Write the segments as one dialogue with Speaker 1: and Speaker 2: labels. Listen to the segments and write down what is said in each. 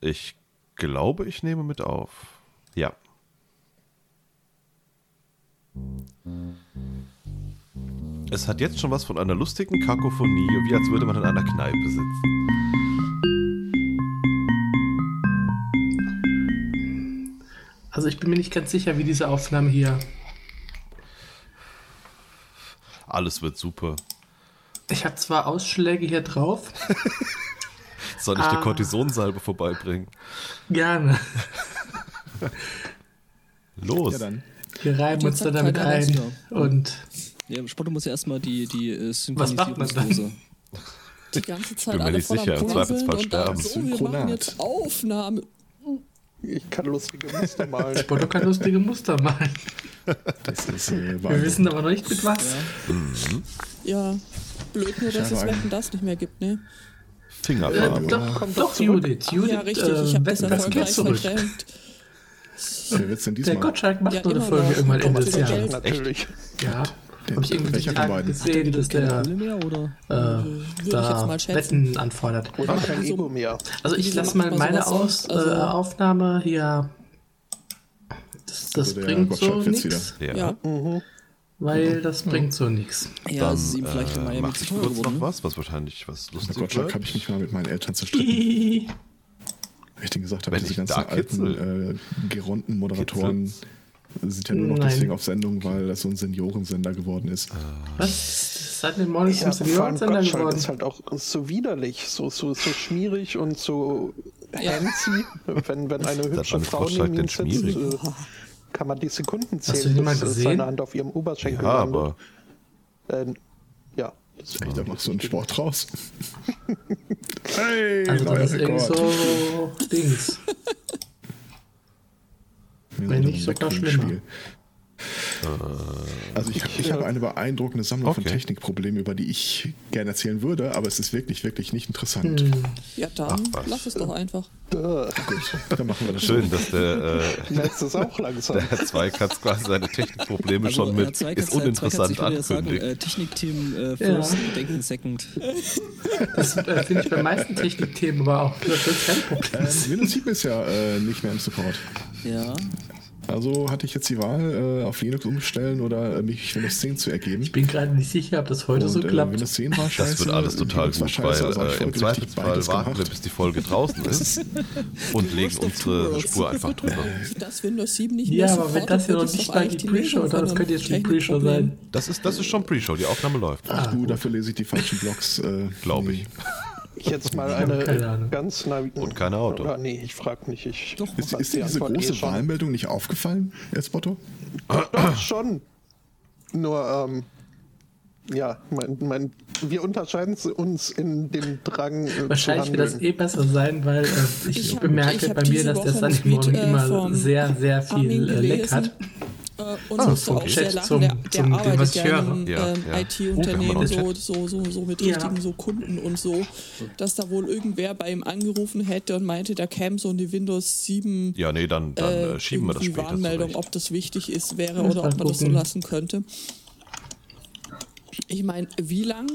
Speaker 1: Ich glaube, ich nehme mit auf. Ja. Es hat jetzt schon was von einer lustigen Kakophonie, wie als würde man in einer Kneipe sitzen.
Speaker 2: Also ich bin mir nicht ganz sicher, wie diese Aufnahme hier.
Speaker 1: Alles wird super.
Speaker 2: Ich habe zwar Ausschläge hier drauf,
Speaker 1: Soll ich dir
Speaker 2: Ah.
Speaker 1: Kortisonsalbe vorbeibringen?
Speaker 2: gerne.
Speaker 1: Los.
Speaker 3: Ja, dann.
Speaker 2: Wir reiben uns dann
Speaker 4: Zack,
Speaker 2: damit
Speaker 4: zack,
Speaker 2: ein.
Speaker 4: alles klar.
Speaker 2: Und
Speaker 4: Ja, Spotto muss ja erstmal die, die äh,
Speaker 2: Was macht man dann?
Speaker 4: Synchronisierungslose.
Speaker 5: Die ganze Zeit
Speaker 1: bin mir
Speaker 5: alle
Speaker 1: nicht
Speaker 5: voll
Speaker 1: sicher, im
Speaker 5: am
Speaker 1: Zweifelsfall
Speaker 5: Puzzeln und dann
Speaker 1: sterben.
Speaker 5: So, wir
Speaker 3: Synchronat.
Speaker 5: machen jetzt Aufnahme.
Speaker 6: Ich kann lustige Muster malen.
Speaker 2: Bodo kann lustige Muster malen.
Speaker 3: Das ist äh,
Speaker 2: Wir
Speaker 3: Wahnsinn.
Speaker 2: wissen aber noch nicht mit was. Äh,
Speaker 5: Ja, blöd nur, dass
Speaker 3: Schau
Speaker 5: es
Speaker 3: mal.
Speaker 5: Wetten das nicht mehr gibt, ne?
Speaker 2: Äh,
Speaker 1: Fingerfarbe.
Speaker 2: doch,
Speaker 6: Kommt
Speaker 2: doch,
Speaker 6: doch zurück.
Speaker 2: Judith.
Speaker 5: Ach
Speaker 2: Judith,
Speaker 5: ja, richtig, ich
Speaker 2: äh,
Speaker 5: habe das
Speaker 2: Wetten, das geht
Speaker 5: erfolgreich
Speaker 2: zurück.
Speaker 5: verdrängt.
Speaker 3: Wer wird's denn
Speaker 2: Der
Speaker 3: diesmal?
Speaker 2: Gottschalk macht
Speaker 5: Ja,
Speaker 2: nur eine
Speaker 5: immer
Speaker 2: Folge
Speaker 5: noch.
Speaker 2: irgendwann Ende des
Speaker 5: Kommt wieder
Speaker 2: Jahres.
Speaker 6: Natürlich.
Speaker 2: Ja,
Speaker 3: Der-
Speaker 2: habe ich irgendwie
Speaker 3: welcher
Speaker 2: die
Speaker 3: von
Speaker 2: Tage
Speaker 3: beiden?
Speaker 2: gesehen, dass der
Speaker 4: Keine mehr, oder?
Speaker 2: äh,
Speaker 5: ich
Speaker 2: da
Speaker 5: jetzt mal schätzen.
Speaker 2: Wetten anfordert.
Speaker 6: Oder kein Ego mehr.
Speaker 2: Also ich
Speaker 5: Wieso
Speaker 2: lasse
Speaker 5: macht
Speaker 2: mal
Speaker 5: man
Speaker 2: meine
Speaker 5: sowas
Speaker 2: Aus,
Speaker 5: sonst? Also-
Speaker 2: äh, Aufnahme hier. Das, das
Speaker 3: Also der
Speaker 2: bringt so
Speaker 3: Gottschalk jetzt
Speaker 2: nichts,
Speaker 1: Ja.
Speaker 5: Ja, Mhm.
Speaker 2: weil das bringt so nichts.
Speaker 4: ja,
Speaker 1: Dann
Speaker 4: es ist ihm vielleicht in
Speaker 1: äh,
Speaker 4: Miami
Speaker 1: mache
Speaker 4: zu
Speaker 1: ich
Speaker 4: teuer
Speaker 1: kurz noch
Speaker 4: geworden. ne?
Speaker 1: was, was wahrscheinlich was
Speaker 3: Der
Speaker 1: lustig
Speaker 3: Gottschalk
Speaker 1: wird.
Speaker 3: habe Oh ich mich mal mit meinen Eltern zerstritten. Weil ich denen gesagt habe,
Speaker 1: Wenn
Speaker 3: diese
Speaker 1: ich
Speaker 3: ganzen
Speaker 1: da
Speaker 3: alten, äh,
Speaker 1: kitzel.
Speaker 3: geronten Moderatoren äh, sind ja nur noch
Speaker 2: Nein.
Speaker 3: deswegen auf Sendung, weil das so ein Seniorensender geworden ist.
Speaker 2: Ah. Was? Das ist halt ein Morning
Speaker 6: Ja,
Speaker 2: zum
Speaker 6: vor allem
Speaker 2: Seniorensender
Speaker 6: Gottschalk
Speaker 2: geworden.
Speaker 6: ist halt auch so widerlich, so, so, so schmierig und so fancy. Wenn, wenn eine
Speaker 1: Seit
Speaker 6: hübsche
Speaker 1: wann ist
Speaker 6: Frau
Speaker 1: Gottschalk
Speaker 6: neben ihm
Speaker 1: denn
Speaker 6: sitzt,
Speaker 1: schmierig?
Speaker 6: äh, kann man die Sekunden
Speaker 2: du
Speaker 6: zählen,
Speaker 2: den mal
Speaker 6: bis äh,
Speaker 2: gesehen?
Speaker 6: seine Hand auf ihrem Oberschenkel
Speaker 1: Ja, aber
Speaker 6: landet. Äh, ja, das ist
Speaker 3: Ey, da machst du einen Sport draus. hey,
Speaker 2: Also
Speaker 3: neuer
Speaker 2: das ist irgendwie
Speaker 3: Rekord.
Speaker 2: so Dings.
Speaker 3: Mir
Speaker 2: wenn
Speaker 3: so
Speaker 2: nicht
Speaker 3: ein
Speaker 2: sogar
Speaker 3: Wegspiel.
Speaker 2: schlimmer.
Speaker 3: Also ich, hab- ich habe eine beeindruckende Sammlung von
Speaker 1: Okay.
Speaker 3: Technikproblemen, über die ich gerne erzählen würde, aber es ist wirklich, wirklich nicht interessant.
Speaker 5: ja dann lass es doch einfach.
Speaker 3: Gut, dann machen wir das
Speaker 1: schön, dass der, äh,
Speaker 6: Lässt es auch langsam.
Speaker 1: der Herr Zweikatz quasi seine Technikprobleme
Speaker 4: Also,
Speaker 1: schon
Speaker 4: äh,
Speaker 1: mit
Speaker 4: Zweikatz,
Speaker 1: ist
Speaker 4: äh, Zweikatz,
Speaker 1: uninteressant
Speaker 4: ich würde ja sagen,
Speaker 1: ankündigt.
Speaker 4: äh, Technikteam äh, first, Denken second.
Speaker 2: Das äh, finde ich bei meisten Technikthemen aber auch das ist kein Problem.
Speaker 3: Ähm, Windows 7 ist ja äh, nicht mehr im Support.
Speaker 4: Ja.
Speaker 3: Also hatte ich jetzt die Wahl, äh, auf Linux umstellen oder äh, mich Windows 10 zu ergeben.
Speaker 2: Ich bin gerade nicht sicher, ob das heute so
Speaker 3: Und, äh,
Speaker 2: klappt.
Speaker 3: Windows 10 war scheiße.
Speaker 1: Das wird alles total
Speaker 3: Linux war
Speaker 1: gut, weil
Speaker 3: scheiße, also hab ich
Speaker 1: äh, im
Speaker 3: folgerichtig
Speaker 1: Zweifelsfall
Speaker 3: beides
Speaker 1: warten wir,
Speaker 3: gemacht.
Speaker 1: bis die Folge draußen ist und legen unsere Spur einfach drüber.
Speaker 5: Das Windows 7 nicht mehr
Speaker 2: ja, aber wenn
Speaker 5: supportet
Speaker 2: das ja
Speaker 5: wird,
Speaker 2: noch
Speaker 5: ist doch
Speaker 2: nicht mal die
Speaker 5: eigentlich die Lösung
Speaker 2: Pre-Show,
Speaker 5: von
Speaker 2: dann das könnte jetzt schon die
Speaker 5: einem
Speaker 2: Pre-Show
Speaker 5: Technikproblem.
Speaker 2: sein.
Speaker 1: Das ist, das ist schon Pre-Show, die Aufnahme läuft,
Speaker 2: Ah,
Speaker 3: Ach du, dafür lese ich die falschen Blogs. Äh,
Speaker 1: glaube ich.
Speaker 6: Ich jetzt mal
Speaker 2: hab
Speaker 6: eine
Speaker 2: keine Ahnung.
Speaker 6: ganz naive.
Speaker 1: Und keine Auto.
Speaker 6: Oder nee, ich frag nicht. Ich
Speaker 4: Doch,
Speaker 3: Ist,
Speaker 6: weiß
Speaker 3: ist dir
Speaker 6: die
Speaker 3: diese
Speaker 6: Antwort eh
Speaker 3: große
Speaker 6: schon.
Speaker 3: Wahlmeldung nicht aufgefallen, jetzt Botto?
Speaker 6: Doch, schon. Nur, ähm, ja, mein, mein, wir unterscheiden uns in dem Drang. äh, zu
Speaker 2: Wahrscheinlich wird das
Speaker 6: handeln.
Speaker 2: eh besser sein, weil äh, ich,
Speaker 5: Ich hab-
Speaker 2: bemerke
Speaker 5: ich hab
Speaker 2: bei mir,
Speaker 5: diese
Speaker 2: dass der
Speaker 5: Woche einen
Speaker 2: Sunny Morning
Speaker 5: Tweet, äh,
Speaker 2: immer
Speaker 5: von
Speaker 2: sehr, sehr
Speaker 5: Armin
Speaker 2: viel äh, Leck
Speaker 5: gelesen.
Speaker 2: hat.
Speaker 5: Äh, und
Speaker 2: Ah,
Speaker 5: musste
Speaker 2: vom
Speaker 5: auch sehr
Speaker 2: Chat
Speaker 5: lachen.
Speaker 2: zum-
Speaker 5: der der
Speaker 2: zum dem, was
Speaker 5: arbeitet
Speaker 2: ich
Speaker 5: ja in
Speaker 2: höre.
Speaker 5: einem
Speaker 1: Ja,
Speaker 5: ähm,
Speaker 1: ja. Oh,
Speaker 5: IT-Unternehmen,
Speaker 1: kann man
Speaker 5: so, so, so, so mit
Speaker 2: Ja.
Speaker 5: richtigen so Kunden und so, dass da wohl irgendwer bei ihm angerufen hätte und meinte, da käme so eine Windows 7
Speaker 1: Ja, nee, dann, dann äh, schieben wir das
Speaker 5: irgendwie
Speaker 1: später
Speaker 5: Warnmeldung,
Speaker 1: zurecht.
Speaker 5: ob das wichtig ist, wäre
Speaker 2: Muss
Speaker 5: oder
Speaker 2: mal
Speaker 5: ob man das so
Speaker 2: gucken.
Speaker 5: lassen könnte. Ich meine, wie lang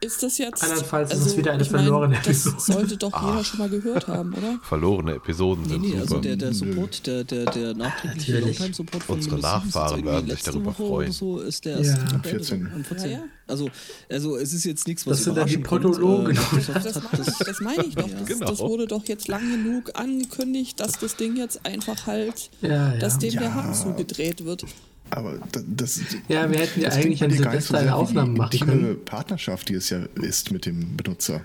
Speaker 5: ist das jetzt? Also,
Speaker 2: Andernfalls ist es wieder eine
Speaker 5: ich mein,
Speaker 2: verlorene
Speaker 5: Das
Speaker 2: Episode.
Speaker 5: sollte doch
Speaker 1: Ah.
Speaker 5: jeder schon mal gehört haben, oder?
Speaker 1: Verlorene Episoden
Speaker 4: Nee,
Speaker 1: sind
Speaker 4: nee,
Speaker 1: super.
Speaker 4: also der, der Support, der, der, der nachträgliche
Speaker 2: Mhm. Natürlich.
Speaker 4: Longtime-Support von
Speaker 1: Unsere
Speaker 4: Windows 7 ist jetzt
Speaker 1: Nachfahren
Speaker 4: irgendwie
Speaker 1: werden sich
Speaker 4: letzte
Speaker 1: darüber
Speaker 4: Woche
Speaker 1: freuen.
Speaker 4: Oder so ist der
Speaker 2: Ja.
Speaker 4: erst
Speaker 2: Am
Speaker 3: 14..
Speaker 4: Am 14.
Speaker 5: Ja, ja.
Speaker 4: Also, also es ist jetzt nichts, was
Speaker 2: Das sind dann die
Speaker 4: überraschend kommt.
Speaker 2: Protologen,
Speaker 4: Äh, Microsoft
Speaker 5: Das,
Speaker 4: hat
Speaker 5: meine ich- das meine ich doch. Das,
Speaker 1: Genau.
Speaker 5: das wurde doch jetzt lang genug angekündigt, dass das Ding jetzt einfach halt,
Speaker 2: Ja, ja.
Speaker 5: dass dem
Speaker 3: Ja.
Speaker 5: der Hahn zugedreht wird.
Speaker 3: Aber da- das.
Speaker 2: Ja, wir hätten ja
Speaker 3: das klingt
Speaker 2: eigentlich
Speaker 3: bei
Speaker 2: an
Speaker 3: dir gar nicht
Speaker 2: Silvester eine
Speaker 3: sehr wie die
Speaker 2: Aufnahme machen
Speaker 3: intime
Speaker 2: können.
Speaker 3: Partnerschaft, die es ja ist mit dem Benutzer.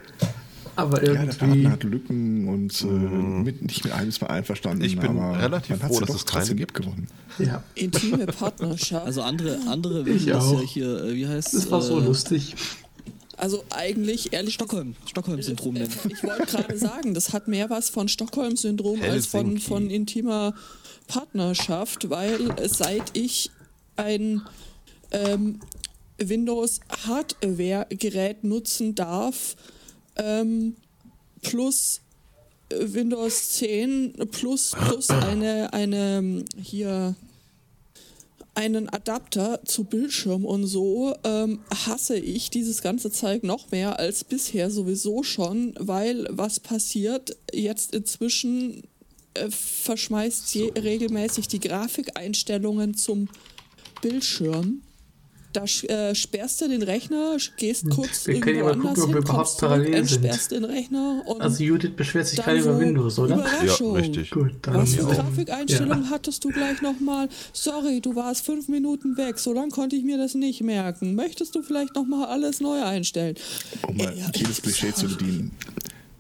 Speaker 2: Aber
Speaker 3: Ja, der Partner
Speaker 2: irgendwie.
Speaker 3: hat Lücken und äh, mit, nicht mit allem ist man einverstanden.
Speaker 1: Mhm. Ich bin
Speaker 3: aber
Speaker 1: relativ
Speaker 3: man hat's
Speaker 1: froh,
Speaker 3: ja
Speaker 1: dass
Speaker 3: doch
Speaker 1: es keine
Speaker 3: trotzdem
Speaker 1: gibt.
Speaker 3: Gewonnen.
Speaker 2: Ja.
Speaker 5: Intime Partnerschaft.
Speaker 4: Also
Speaker 5: Also,
Speaker 4: andere, andere
Speaker 2: Ich
Speaker 4: würden das
Speaker 2: auch.
Speaker 4: ja hier, äh, wie heißt
Speaker 2: Das war so
Speaker 4: äh,
Speaker 2: lustig.
Speaker 5: Also eigentlich, ehrlich Äh,
Speaker 4: Stockholm, Stockholm-Syndrom nennen.
Speaker 5: Ich wollte gerade sagen, das hat mehr was von Stockholm-Syndrom als von,
Speaker 1: Helsinki.
Speaker 5: von intimer Partnerschaft, weil äh, seit ich ein ähm, Windows-Hardware-Gerät nutzen darf, ähm, plus äh, Windows 10, plus, plus eine, eine ähm, hier einen Adapter zu Bildschirm und so ähm, hasse ich dieses ganze Zeug noch mehr als bisher sowieso schon, weil was passiert jetzt inzwischen äh, verschmeißt je regelmäßig die Grafikeinstellungen zum Bildschirm. Da sch- äh, sperrst du den Rechner, gehst kurz
Speaker 2: Wir können ja
Speaker 5: irgendwo
Speaker 2: mal gucken, ob wir
Speaker 5: anders hin,
Speaker 2: überhaupt
Speaker 5: kommst zurück,
Speaker 2: parallel sind.
Speaker 5: entsperrst den Rechner und
Speaker 2: Also Judith beschwert sich
Speaker 5: dann
Speaker 2: gerade über
Speaker 5: wo
Speaker 2: Windows, oder?
Speaker 5: Überraschung.
Speaker 1: Ja, richtig.
Speaker 2: Gut, dann
Speaker 5: Was für
Speaker 2: haben wir auch.
Speaker 5: Grafikeinstellungen
Speaker 2: Ja.
Speaker 5: hattest du gleich nochmal? Sorry, du warst fünf Minuten weg, so lange konnte ich mir das nicht merken. Möchtest du vielleicht nochmal alles neu einstellen? Äh,
Speaker 3: Um mal
Speaker 5: Ja,
Speaker 3: jedes Klischee zu bedienen.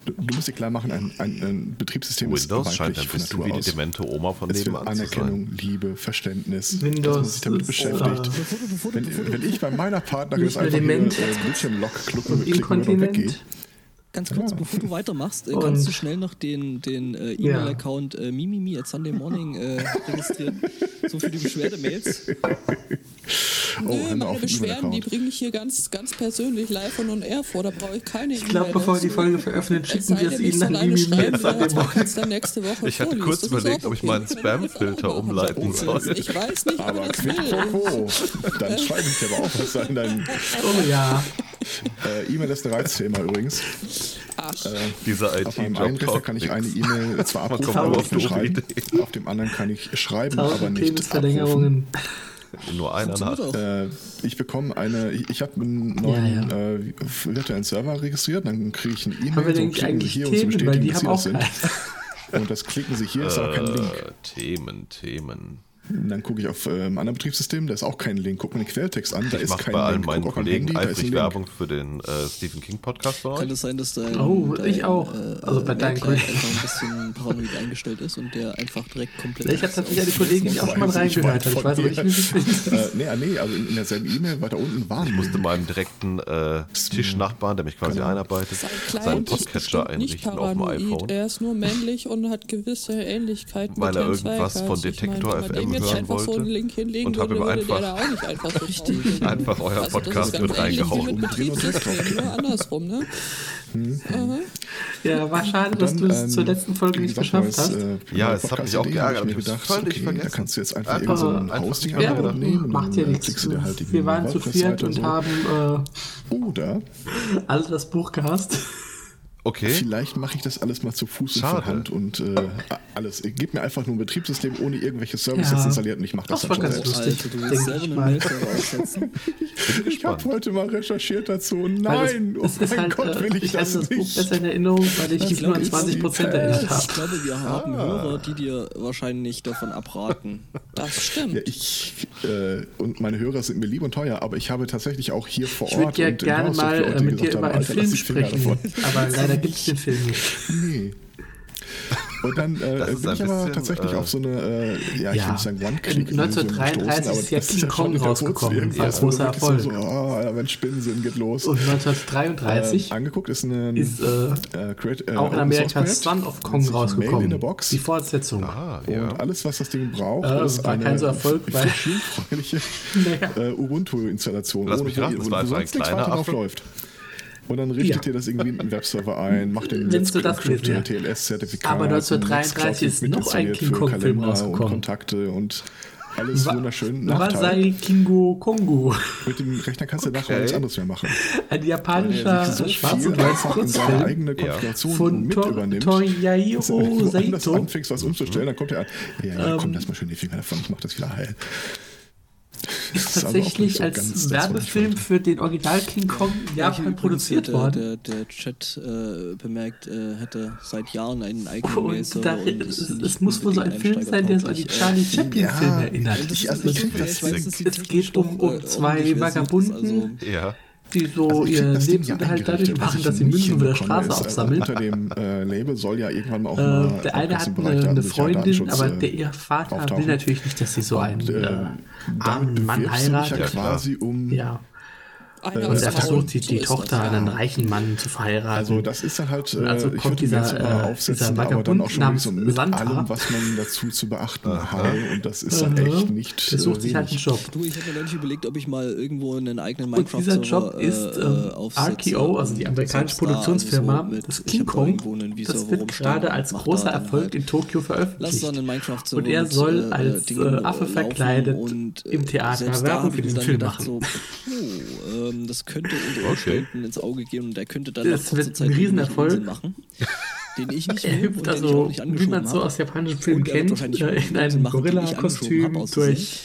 Speaker 3: Du, du musst dir klar machen, ein, ein, ein Betriebssystem
Speaker 1: Windows
Speaker 3: ist
Speaker 1: scheint ein
Speaker 3: weiblich von
Speaker 1: bisschen
Speaker 3: Natur
Speaker 1: wie die
Speaker 3: aus.
Speaker 1: demente Oma von
Speaker 3: Es will
Speaker 1: nebenan zu sein.
Speaker 3: Anerkennung, Liebe, Verständnis.
Speaker 2: Windows
Speaker 3: dass man sich damit
Speaker 2: ist,
Speaker 3: beschäftigt.
Speaker 2: äh,
Speaker 4: Bevor du, bevor du, bevor
Speaker 3: Wenn,
Speaker 4: du,
Speaker 3: wenn ich bei meiner Partnerin
Speaker 2: Nicht
Speaker 3: das einfach nur
Speaker 2: element.
Speaker 3: äh, Bildschirmlock-Kluppe
Speaker 2: Und
Speaker 3: klicken würde und weggehe.
Speaker 2: inkontinent.
Speaker 4: ganz kurz, bevor du weitermachst, äh,
Speaker 2: Und-
Speaker 4: kannst du schnell noch den, den äh,
Speaker 2: Ja.
Speaker 4: E-Mail-Account äh, mimimi at Sunday Morning äh, registrieren. so für die Beschwerdemails.
Speaker 3: Oh,
Speaker 5: Nö,
Speaker 3: hör mal
Speaker 5: meine
Speaker 3: auf,
Speaker 5: Beschwerden, die
Speaker 3: E-Mail-Account.
Speaker 5: bringe ich hier ganz, ganz persönlich live und on air vor, da brauche ich keine
Speaker 2: Ich glaube, bevor wir die Folge veröffentlichen, schicken wir es Ihnen dann die E-Mails an den Morgen.
Speaker 5: dann nächste Woche
Speaker 1: Ich hatte
Speaker 5: vorliest.
Speaker 1: kurz
Speaker 5: Das ist
Speaker 1: überlegt,
Speaker 5: auch
Speaker 1: ob ich meinen
Speaker 5: okay. Wenn du das
Speaker 1: Spamfilter
Speaker 5: auch machen
Speaker 1: umleiten
Speaker 5: willst.
Speaker 1: soll.
Speaker 5: Ich weiß nicht, ob
Speaker 3: Aber
Speaker 5: ich das
Speaker 3: quid pro
Speaker 5: will.
Speaker 3: quo. Dann schreibe ich dir aber auch was an dein
Speaker 2: Oh ja.
Speaker 3: äh, E-Mail ist ein Reizthema übrigens.
Speaker 1: Dieser
Speaker 3: Auf meinem
Speaker 1: IT-Job
Speaker 3: einen Rechner kann ich
Speaker 1: nix.
Speaker 3: eine E-Mail zwar
Speaker 1: Man
Speaker 3: abrufen,
Speaker 1: kommt
Speaker 3: aber
Speaker 1: nur
Speaker 3: nicht
Speaker 1: auf
Speaker 3: nur
Speaker 1: doofe
Speaker 3: schreiben.
Speaker 1: Ideen.
Speaker 3: Auf dem anderen kann ich schreiben, aber
Speaker 2: Tausend
Speaker 3: nicht abrufen.
Speaker 2: Penisverlängerungen.
Speaker 1: Nur einer
Speaker 4: Funktioniert
Speaker 1: hat.
Speaker 4: auch.
Speaker 3: Äh, ich bekomme eine, ich, ich habe einen neuen
Speaker 2: Ja,
Speaker 3: Äh, virtuellen Server registriert, dann kriege ich eine
Speaker 2: Haben wir
Speaker 3: E-Mail,
Speaker 2: denn
Speaker 3: klicken Sie
Speaker 2: eigentlich
Speaker 3: hier und Sie
Speaker 2: Themen, weil
Speaker 3: bestätigen,
Speaker 2: die
Speaker 3: dass
Speaker 2: haben
Speaker 3: Sie
Speaker 2: auch
Speaker 3: das
Speaker 2: keinen.
Speaker 3: sind. Und das klicken Sie hier, ist aber kein Link.
Speaker 1: Äh, Themen, Themen.
Speaker 3: Und Dann gucke ich auf äh, einem anderen Betriebssystem, da ist auch kein Link. Guck mir den Quelltext an, da
Speaker 1: Ich
Speaker 3: ist
Speaker 1: mache
Speaker 3: kein
Speaker 1: bei allen
Speaker 3: Link.
Speaker 1: meinen
Speaker 3: Guck auf mein
Speaker 1: Kollegen
Speaker 3: Handy, da ist ein
Speaker 1: eifrig
Speaker 3: Link.
Speaker 1: Werbung für den äh, Stephen King Podcast bei
Speaker 4: Kann
Speaker 1: euch.
Speaker 4: es sein, dass dein,
Speaker 2: Oh,
Speaker 4: dein
Speaker 2: ich auch. Also bei deinen
Speaker 4: Mail-Client
Speaker 2: Kollegen.
Speaker 4: einfach ein bisschen paranoid eingestellt ist und der einfach direkt komplett.
Speaker 2: Ich habe tatsächlich eine Kollegin, die auch schon mal
Speaker 3: Weiß ich
Speaker 2: reingehört hat. Ich
Speaker 3: weit
Speaker 2: weiß aber nicht,
Speaker 3: von
Speaker 2: wie sie es ist.
Speaker 3: Äh, nee, ah, nee, also in, in derselben E-Mail weiter unten war
Speaker 1: Ich musste meinem direkten äh, Tischnachbarn, der mich quasi einarbeitet, seinen
Speaker 5: Genau. Sein Client ist
Speaker 1: Podcatcher
Speaker 5: bestimmt nicht
Speaker 1: einrichten auf dem
Speaker 5: paranoid.
Speaker 1: iPhone.
Speaker 5: Er ist nur männlich und hat gewisse Ähnlichkeiten
Speaker 1: Weil
Speaker 5: mit
Speaker 1: er
Speaker 5: Herrn
Speaker 1: irgendwas
Speaker 5: Zweigart.
Speaker 1: von
Speaker 5: Ich meine,
Speaker 1: Detektor
Speaker 5: wenn man
Speaker 1: FM
Speaker 5: dem jetzt
Speaker 1: hören
Speaker 5: einfach so
Speaker 1: wollte
Speaker 5: einen Link hinlegen
Speaker 1: und hab
Speaker 5: würde,
Speaker 1: ihm
Speaker 5: würde der
Speaker 1: einfach-
Speaker 5: da auch nicht einfach so draufklicken.
Speaker 1: Einfach euer
Speaker 5: Also das ist
Speaker 1: Podcast
Speaker 5: ganz
Speaker 1: wird
Speaker 5: ähnlich wie
Speaker 1: reingehauen.
Speaker 5: Mit Betriebssystemen, nur andersrum, ne?
Speaker 2: Ja, war schade, dass du es
Speaker 3: ähm,
Speaker 2: zur letzten Folge
Speaker 3: wie
Speaker 2: nicht
Speaker 3: gesagt,
Speaker 2: geschafft
Speaker 3: neues,
Speaker 2: hast.
Speaker 3: äh,
Speaker 1: Ja,
Speaker 3: neues
Speaker 1: es hat mich
Speaker 3: Podcast-Idee,
Speaker 1: auch geärgert,
Speaker 3: hab Ich
Speaker 1: aber
Speaker 3: mir
Speaker 1: ich hab's
Speaker 3: gedacht,
Speaker 1: völlig
Speaker 3: okay,
Speaker 1: vergessen.
Speaker 3: da kannst du jetzt einfach,
Speaker 1: Einfach-
Speaker 3: irgend so ein
Speaker 1: einfach
Speaker 3: Hosting
Speaker 1: Werbung.
Speaker 3: einfach nehmen. und
Speaker 2: macht ja
Speaker 3: dann
Speaker 2: nichts.
Speaker 3: klickst du dir halt die
Speaker 2: Wir waren zu
Speaker 3: WordPress-Seite
Speaker 2: viert und
Speaker 3: so.
Speaker 2: haben
Speaker 3: Oder
Speaker 2: äh, alle das Buch gehasst.
Speaker 1: Okay,
Speaker 3: vielleicht mache ich das alles mal zu Fuß und
Speaker 1: Schade.
Speaker 3: von Hand und äh, alles. Gib mir einfach nur ein Betriebssystem ohne irgendwelche Services
Speaker 2: Ja.
Speaker 3: installiert und ich mache das,
Speaker 2: Das
Speaker 3: dann
Speaker 2: war
Speaker 3: schon
Speaker 2: ganz
Speaker 3: selbst.
Speaker 4: Alter, du
Speaker 2: Denk
Speaker 4: willst selber
Speaker 2: ich
Speaker 4: einen
Speaker 2: mal.
Speaker 4: Mail-Server aufsetzen.
Speaker 3: Ich habe
Speaker 1: spannend.
Speaker 3: heute mal recherchiert dazu.
Speaker 2: Weil das-
Speaker 3: Nein,
Speaker 2: das
Speaker 3: oh mein Gott,
Speaker 2: äh,
Speaker 3: will
Speaker 2: hatte
Speaker 3: ich, das,
Speaker 2: das Buch
Speaker 3: nicht.
Speaker 2: besser in Erinnerung, weil ich mich nur an
Speaker 4: glaub,
Speaker 2: 20%
Speaker 3: die-
Speaker 2: erinnert
Speaker 4: Ich
Speaker 2: habe.
Speaker 4: glaube, wir haben
Speaker 1: Ah.
Speaker 4: Hörer, die dir wahrscheinlich davon abraten.
Speaker 5: Das stimmt.
Speaker 3: Ja, ich äh, und meine Hörer sind mir lieb und teuer, aber ich habe tatsächlich auch hier vor
Speaker 2: Ich
Speaker 3: Ort
Speaker 2: würde ja
Speaker 3: und in
Speaker 2: gerne
Speaker 3: Haus so
Speaker 2: mal
Speaker 3: viele
Speaker 2: äh,
Speaker 3: Leute
Speaker 2: mit dir
Speaker 3: gesagt
Speaker 2: über
Speaker 3: haben,
Speaker 2: einen
Speaker 3: Alter, lass
Speaker 2: Film
Speaker 3: die Finger
Speaker 2: sprechen, aber leider gibt es den Film nicht.
Speaker 3: davon. Nee. Und dann
Speaker 1: Das
Speaker 3: äh,
Speaker 1: ist
Speaker 3: bin
Speaker 1: ein
Speaker 3: ich aber
Speaker 1: bisschen,
Speaker 3: tatsächlich
Speaker 1: äh,
Speaker 3: auf so eine, äh, ja, ich
Speaker 2: ja.
Speaker 3: will nicht sagen
Speaker 2: In
Speaker 3: One-Click.
Speaker 2: 1933 ist ja King Kong rausgekommen. War ein großer
Speaker 3: Also So,
Speaker 2: Erfolg.
Speaker 3: oh, Alter, Mensch, Spinnensinn geht los.
Speaker 2: Und
Speaker 3: Ähm,
Speaker 2: 1933
Speaker 3: angeguckt ist ein
Speaker 2: ist äh,
Speaker 3: äh, create, äh,
Speaker 2: auch in
Speaker 3: Open
Speaker 2: Amerika
Speaker 3: Source-Projekt.
Speaker 2: Son of
Speaker 3: Nennt
Speaker 2: Kong
Speaker 3: sich Mail in a
Speaker 2: rausgekommen.
Speaker 3: Box.
Speaker 2: Die Fortsetzung.
Speaker 1: ah,
Speaker 3: Und
Speaker 1: ja.
Speaker 3: alles, was das Ding braucht,
Speaker 2: Äh,
Speaker 3: ist
Speaker 2: war
Speaker 3: eine
Speaker 2: kein so Erfolg, weil-
Speaker 3: familienfreundliche
Speaker 2: Naja.
Speaker 3: äh, Ubuntu-Installation,
Speaker 1: Lass mich raten,
Speaker 3: wo-
Speaker 1: das
Speaker 3: wo
Speaker 1: war einfach ein
Speaker 3: sonst nichts
Speaker 1: kleiner
Speaker 3: weiter drauf
Speaker 1: Affe.
Speaker 3: läuft. Und dann richtet
Speaker 2: Ja.
Speaker 3: ihr das irgendwie in einen Webserver ein, macht den
Speaker 2: Wenn's so das
Speaker 3: Netzgrundschrift
Speaker 2: wird,
Speaker 3: mit TLS-Zertifikat.
Speaker 2: Aber 1933 ist noch ein King Kong-Film
Speaker 3: Und
Speaker 2: rausgekommen.
Speaker 3: Kontakte und alles wunderschön. Nachteil,
Speaker 2: Wasai Kingo Kongo.
Speaker 3: mit dem Rechner kannst du nachher
Speaker 1: Okay.
Speaker 3: nichts anderes mehr machen.
Speaker 2: Ein
Speaker 3: Weil
Speaker 2: japanischer
Speaker 3: er sich so
Speaker 2: schwarz und
Speaker 3: viel
Speaker 2: weiß
Speaker 3: einfach in seine
Speaker 2: Kurzfilm
Speaker 3: eigene
Speaker 1: Ja.
Speaker 3: Konfiguration
Speaker 2: von
Speaker 3: mit
Speaker 2: To-
Speaker 3: übernimmt.
Speaker 2: Toyairo
Speaker 3: Wenn du woanders
Speaker 2: Saito.
Speaker 3: anfängst, was umzustellen, dann kommt er an. Ja,
Speaker 2: Ähm,
Speaker 3: ja komm, lass mal schön die Finger davon, ich mach das wieder heil. Das ist aber auch nicht
Speaker 2: Tatsächlich
Speaker 3: so ganz das,
Speaker 2: als
Speaker 3: was
Speaker 2: Werbefilm
Speaker 3: ich
Speaker 2: für den Original King Kong in
Speaker 4: Welche
Speaker 2: Japan
Speaker 4: übrigens,
Speaker 2: produziert
Speaker 4: der,
Speaker 2: worden.
Speaker 4: Der, der Chat äh, bemerkt, äh, hätte seit Jahren einen eigenen
Speaker 2: Und
Speaker 4: Mail-Server.
Speaker 2: da,
Speaker 4: und
Speaker 2: es,
Speaker 4: ist
Speaker 2: es
Speaker 4: nicht
Speaker 2: muss wohl so ein
Speaker 4: unbedingt
Speaker 2: Film sein, der so an die
Speaker 4: einsteigertauglich,
Speaker 2: Charlie
Speaker 3: Ja.
Speaker 2: Chaplin-Filme erinnert.
Speaker 4: Das ist
Speaker 3: also ich
Speaker 4: witzig,
Speaker 3: krieg
Speaker 4: weil
Speaker 3: das
Speaker 4: äh, weiß,
Speaker 1: nicht.
Speaker 4: dass die
Speaker 2: Es geht
Speaker 4: technisch
Speaker 2: um-
Speaker 4: doch,
Speaker 2: um
Speaker 4: äh,
Speaker 2: zwei
Speaker 4: ordentlich versiert ist,
Speaker 2: Vagabunden.
Speaker 4: also-
Speaker 1: Ja.
Speaker 2: die so
Speaker 3: Also ich krieg
Speaker 2: ihren
Speaker 3: das Ding ja
Speaker 2: Lebensunterhalt halt dadurch
Speaker 3: eingerichtet,
Speaker 2: machen,
Speaker 3: ich
Speaker 2: dass sie
Speaker 3: nicht
Speaker 2: Münzen über der
Speaker 3: hinbekomme,
Speaker 2: Straße
Speaker 3: ist, äh,
Speaker 2: aufsammeln.
Speaker 3: Unter dem äh, Label soll ja irgendwann mal auch mal
Speaker 2: Äh, der eine
Speaker 3: etwas im
Speaker 2: hat
Speaker 3: Bereich
Speaker 2: eine,
Speaker 3: der
Speaker 2: eine
Speaker 3: Sicherheit,
Speaker 2: Freundin, aber
Speaker 3: Datenschutz, äh,
Speaker 2: der, ihr Vater
Speaker 3: auftauchen.
Speaker 2: will natürlich nicht, dass sie so einen
Speaker 3: Und, äh,
Speaker 2: äh,
Speaker 3: damit
Speaker 2: armen Mann
Speaker 3: bewirbst du dich
Speaker 2: heiratet.
Speaker 3: Ja
Speaker 1: Ja, klar.
Speaker 3: quasi um
Speaker 2: Ja.
Speaker 5: Einer
Speaker 2: Und
Speaker 5: aus
Speaker 2: er
Speaker 5: Frauen.
Speaker 2: versucht, die,
Speaker 5: So
Speaker 2: die
Speaker 5: ist
Speaker 2: Tochter
Speaker 5: das.
Speaker 2: an einen reichen Mann zu verheiraten.
Speaker 3: Also das ist dann halt, äh,
Speaker 2: Also
Speaker 3: ich
Speaker 2: kommt
Speaker 3: würde mir jetzt
Speaker 2: dieser,
Speaker 3: immer
Speaker 2: äh,
Speaker 3: aufsetzen,
Speaker 2: dieser
Speaker 3: aber dann auch
Speaker 2: Vagabund
Speaker 3: schon so
Speaker 2: namens
Speaker 3: mit
Speaker 2: Santa.
Speaker 3: allem, was man dazu zu beachten hat. Und das ist dann
Speaker 2: Mhm.
Speaker 3: echt nicht
Speaker 2: Er sucht
Speaker 3: äh,
Speaker 2: sich halt einen
Speaker 3: wenig.
Speaker 2: Job.
Speaker 4: Du, ich habe mir neulich überlegt, ob ich mal irgendwo einen eigenen
Speaker 2: Und
Speaker 4: Minecraft
Speaker 2: dieser Job
Speaker 4: äh,
Speaker 2: ist
Speaker 4: äh,
Speaker 2: ähm,
Speaker 4: aufsetze
Speaker 2: RKO, also die
Speaker 4: und
Speaker 2: amerikanische
Speaker 4: sonst da, also so
Speaker 2: Produktionsfirma,
Speaker 4: mit-
Speaker 2: das
Speaker 4: ich
Speaker 2: King
Speaker 4: hab da irgendwo
Speaker 2: Kong.
Speaker 4: einen Wieso
Speaker 2: Das wird
Speaker 4: rumstehen und
Speaker 2: gerade als
Speaker 4: mach da
Speaker 2: großer
Speaker 4: dann
Speaker 2: Erfolg
Speaker 4: halt-
Speaker 2: in Tokio
Speaker 4: Lass
Speaker 2: veröffentlicht.
Speaker 4: dann in Minecraft so
Speaker 2: Und er
Speaker 4: mit,
Speaker 2: soll
Speaker 4: äh,
Speaker 2: als,
Speaker 4: Dingen,
Speaker 2: äh,
Speaker 4: äh,
Speaker 2: Affe
Speaker 4: laufen
Speaker 2: verkleidet
Speaker 4: und, äh,
Speaker 2: im Theater
Speaker 4: selbst da
Speaker 2: Werbung
Speaker 4: hab
Speaker 2: für
Speaker 4: ich mir
Speaker 2: diesen
Speaker 4: dann
Speaker 2: Film
Speaker 4: gedacht,
Speaker 2: machen.
Speaker 4: So, oh, ähm, das könnte unter Umständen ins Auge gehen und der könnte dann
Speaker 2: Das
Speaker 4: nach kurzer
Speaker 2: wird ein
Speaker 4: Zeit irgendwie
Speaker 2: Riesenerfolg.
Speaker 4: Unsinn machen, den ich nicht
Speaker 2: Er
Speaker 4: will
Speaker 2: hüpft
Speaker 4: und den ich auch
Speaker 2: also,
Speaker 4: nicht
Speaker 2: wie
Speaker 4: angeschoben
Speaker 2: man so
Speaker 4: habe.
Speaker 2: aus japanischen Filmen
Speaker 4: Und er wird
Speaker 2: kennt,
Speaker 4: wahrscheinlich
Speaker 2: äh, in
Speaker 4: Unsinn
Speaker 2: einem
Speaker 4: machen, den ich
Speaker 2: Gorilla-Kostüm
Speaker 4: angeschoben habe, aus
Speaker 2: durch,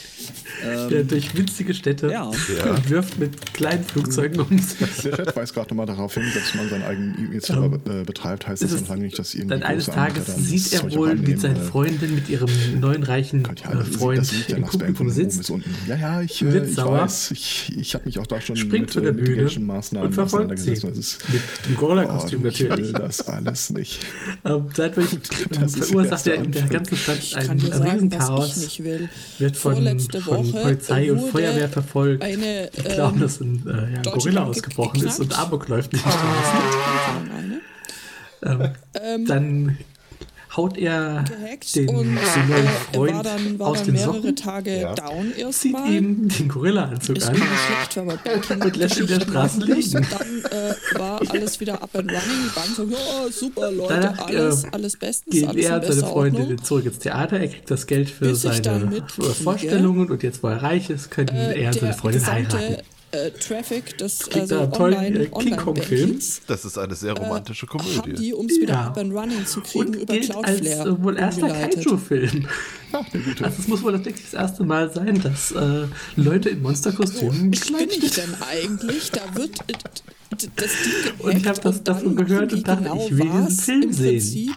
Speaker 4: Ähm,
Speaker 2: äh, durch winzige Städte
Speaker 4: Ja.
Speaker 2: und wirft mit kleinen Flugzeugen um sich.
Speaker 3: Der Chat weist gerade nochmal darauf hin, dass man seinen eigenen e server äh, betreibt, heißt
Speaker 2: Es
Speaker 3: das
Speaker 2: Ähm, ist
Speaker 3: noch lange nicht, dass irgendwie
Speaker 2: Dann eines
Speaker 3: große Anbieter
Speaker 2: Tages
Speaker 3: dann
Speaker 2: sieht
Speaker 3: das
Speaker 2: er
Speaker 3: Zeug
Speaker 2: wohl,
Speaker 3: annehmen,
Speaker 2: wie seine
Speaker 3: weil-
Speaker 2: Freundin mit ihrem neuen reichen
Speaker 3: Könnt ihr
Speaker 2: äh,
Speaker 3: alle, das
Speaker 2: Freund
Speaker 3: liegt ja
Speaker 2: im
Speaker 3: nach Spam
Speaker 2: Publikum
Speaker 3: von oben
Speaker 2: sitzt.
Speaker 3: bis unten. Ja, ja, ich, äh,
Speaker 2: Wird
Speaker 3: ich
Speaker 2: sauer.
Speaker 3: weiß. Ich, ich habe mich auch da schon
Speaker 2: Springt
Speaker 3: mit
Speaker 2: von der
Speaker 3: äh,
Speaker 2: Bühne
Speaker 3: Mitigation-Maßnahmen
Speaker 2: und verfolgt sie.
Speaker 3: auseinandergesetzt. Das ist,
Speaker 2: Mit dem Gorilla-Kostüm
Speaker 3: oh, Ich
Speaker 2: natürlich.
Speaker 3: will das alles nicht.
Speaker 2: Ähm, dadurch
Speaker 3: Das ist
Speaker 2: verursacht
Speaker 3: erst
Speaker 2: er
Speaker 3: der
Speaker 2: in der
Speaker 3: Anfang.
Speaker 2: ganzen Stadt
Speaker 5: Ich
Speaker 2: ein
Speaker 5: kann dir sagen, was ich
Speaker 2: Riesenchaos.
Speaker 5: nicht will.
Speaker 2: Wird von,
Speaker 5: Vorletzte
Speaker 2: von
Speaker 5: Woche
Speaker 2: Polizei und
Speaker 5: wurde
Speaker 2: Feuerwehr verfolgt.
Speaker 5: eine,
Speaker 2: die glauben,
Speaker 5: ähm,
Speaker 2: dass ein äh, ja,
Speaker 5: Deutsche
Speaker 2: Gorilla
Speaker 5: Bank
Speaker 2: ausgebrochen ist und
Speaker 5: geknackt.
Speaker 2: Amok läuft in den Straßen.
Speaker 5: Eine
Speaker 2: Ähm, dann haut er
Speaker 5: gehackt
Speaker 2: den,
Speaker 5: und
Speaker 2: den neuen
Speaker 5: äh,
Speaker 2: Freund
Speaker 5: war dann, war
Speaker 2: aus
Speaker 5: dann
Speaker 2: den
Speaker 5: mehrere
Speaker 2: Socken,
Speaker 5: Tage down
Speaker 2: zieht
Speaker 5: erstmal.
Speaker 2: ihm den Gorilla-Anzug
Speaker 5: Ist
Speaker 2: an.
Speaker 5: mir schlecht, wenn man Banking
Speaker 2: Und lässt ihn in der
Speaker 5: Geschichten
Speaker 2: Straße
Speaker 5: machen muss.
Speaker 2: liegen.
Speaker 5: Dann äh, war alles wieder up and running. Die Bank sagt, ja, super Leute,
Speaker 2: Danach,
Speaker 5: alles,
Speaker 2: äh,
Speaker 5: alles bestens,
Speaker 2: Geht
Speaker 5: alles
Speaker 2: er
Speaker 5: in
Speaker 2: und seine
Speaker 5: bester Ordnung.
Speaker 2: Freundin zurück ins Theater, er kriegt das Geld für
Speaker 5: Bis ich dann
Speaker 2: seine
Speaker 5: mitkriege,
Speaker 2: Vorstellungen und jetzt, wo er reich ist, können
Speaker 5: Äh,
Speaker 2: er und seine
Speaker 5: der
Speaker 2: Freundin heiraten.
Speaker 5: gesamte äh, Traffic des
Speaker 2: Kriegt
Speaker 5: also
Speaker 2: er einen tollen, äh,
Speaker 5: online,
Speaker 2: King
Speaker 5: online
Speaker 2: Kong-Film?
Speaker 5: Bankings
Speaker 1: Das ist eine sehr romantische
Speaker 5: äh, haben
Speaker 1: Komödie.
Speaker 5: die, um es wieder
Speaker 2: Ja.
Speaker 5: up and running zu kriegen,
Speaker 2: Und
Speaker 5: über
Speaker 2: gilt als
Speaker 5: Cloudflare
Speaker 2: äh, wohl erster
Speaker 5: umgeleitet.
Speaker 2: Kaiju-Film. Also es muss wohl wirklich das erste Mal sein, dass äh, Leute in Monsterkostümen
Speaker 5: Ich
Speaker 2: gekleidet
Speaker 5: meine ich denn eigentlich, da wird äh, d- das Ding
Speaker 2: Und ich
Speaker 5: gehackt
Speaker 2: hab das
Speaker 5: und dann
Speaker 2: davon gehört
Speaker 5: wie
Speaker 2: und dachte,
Speaker 5: genau
Speaker 2: ich will diesen
Speaker 5: war's?
Speaker 2: Film
Speaker 5: Im
Speaker 2: sehen.
Speaker 5: Prinzip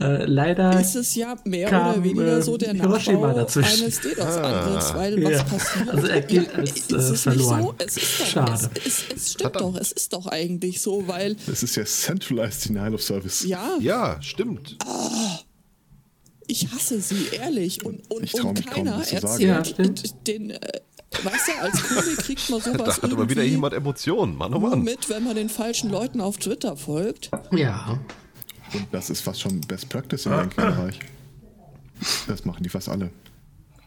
Speaker 2: Äh, leider
Speaker 5: ist es ja mehr
Speaker 2: Kam,
Speaker 5: oder weniger
Speaker 2: äh,
Speaker 5: so der
Speaker 2: Hiroshima
Speaker 5: Nachbau
Speaker 2: dazwischen.
Speaker 5: eines
Speaker 3: Ah.
Speaker 5: DDoS-Angriffs, weil
Speaker 2: Ja.
Speaker 5: was passiert?
Speaker 2: Also er gilt als,
Speaker 5: ist
Speaker 2: äh,
Speaker 5: es
Speaker 2: verloren.
Speaker 5: Nicht so? Es ist doch,
Speaker 2: Schade.
Speaker 5: Es, es, es stimmt doch, es ist doch eigentlich so, weil
Speaker 3: Das ist ja Centralized Denial of Service.
Speaker 5: ja,
Speaker 1: Ja, stimmt.
Speaker 5: ich hasse sie, ehrlich. Und, und,
Speaker 3: Ich trau
Speaker 5: und
Speaker 3: mich kaum,
Speaker 5: keiner
Speaker 3: das zu sagen.
Speaker 2: Ja,
Speaker 5: erzählt
Speaker 2: stimmt.
Speaker 5: den, äh, weißt du, als Kunde kriegt man
Speaker 1: Da
Speaker 5: sowas
Speaker 1: hatte mal wieder
Speaker 5: irgendwie
Speaker 1: jemand Emotionen. Mann, oh
Speaker 5: nur
Speaker 1: Mann.
Speaker 5: mit, wenn man den falschen Leuten auf Twitter folgt.
Speaker 2: Ja.
Speaker 3: Und das ist fast schon Best Practice im Banking-Bereich. Das machen die fast alle.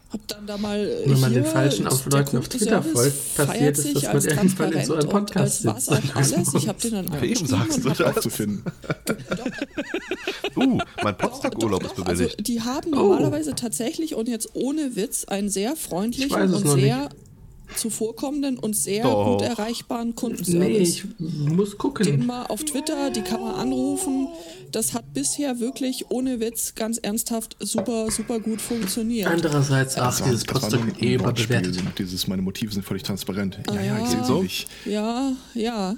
Speaker 5: Hab dann da mal äh,
Speaker 2: Wenn man
Speaker 5: hier,
Speaker 2: den falschen auf
Speaker 5: der
Speaker 2: Leuten auf Twitter
Speaker 5: Kundenservice
Speaker 2: folgt,
Speaker 5: feiert
Speaker 2: passiert es,
Speaker 5: sich
Speaker 2: dass man
Speaker 5: als
Speaker 2: irgendwann in so einem
Speaker 5: transparent und
Speaker 2: Podcast
Speaker 5: als
Speaker 2: sitzt.
Speaker 5: war's auch alles. Ich hab den dann
Speaker 1: Wem
Speaker 5: angeschrieben
Speaker 1: sagst
Speaker 5: und
Speaker 1: du
Speaker 5: hab
Speaker 1: das?
Speaker 3: Aufzufinden.
Speaker 1: Uh, mein
Speaker 5: Doch, doch,
Speaker 1: Potsdam-Urlaub ist
Speaker 5: doch. Also,
Speaker 1: bewilligt.
Speaker 5: die haben
Speaker 2: Oh.
Speaker 5: normalerweise tatsächlich und jetzt ohne Witz einen sehr
Speaker 2: Ich
Speaker 5: freundlichen
Speaker 2: weiß es
Speaker 5: und
Speaker 2: noch
Speaker 5: sehr zuvorkommenden und sehr
Speaker 1: Doch.
Speaker 5: gut erreichbaren
Speaker 2: Nee,
Speaker 5: Kundenservice.
Speaker 2: ich muss
Speaker 5: den
Speaker 2: gucken.
Speaker 5: mal auf Twitter, die kann man anrufen. Das hat bisher wirklich ohne Witz ganz ernsthaft super, super gut funktioniert.
Speaker 2: Andererseits, ach,
Speaker 3: Das war-
Speaker 2: dieses
Speaker 3: das war
Speaker 2: Potsdam
Speaker 3: nur ein
Speaker 2: eh Ah
Speaker 3: Wortspiel,
Speaker 2: überbewertet.
Speaker 3: Dieses, meine Motive sind völlig transparent. Ja, ja, ich sehe
Speaker 1: So.
Speaker 3: sie nicht.
Speaker 5: Ja, ja.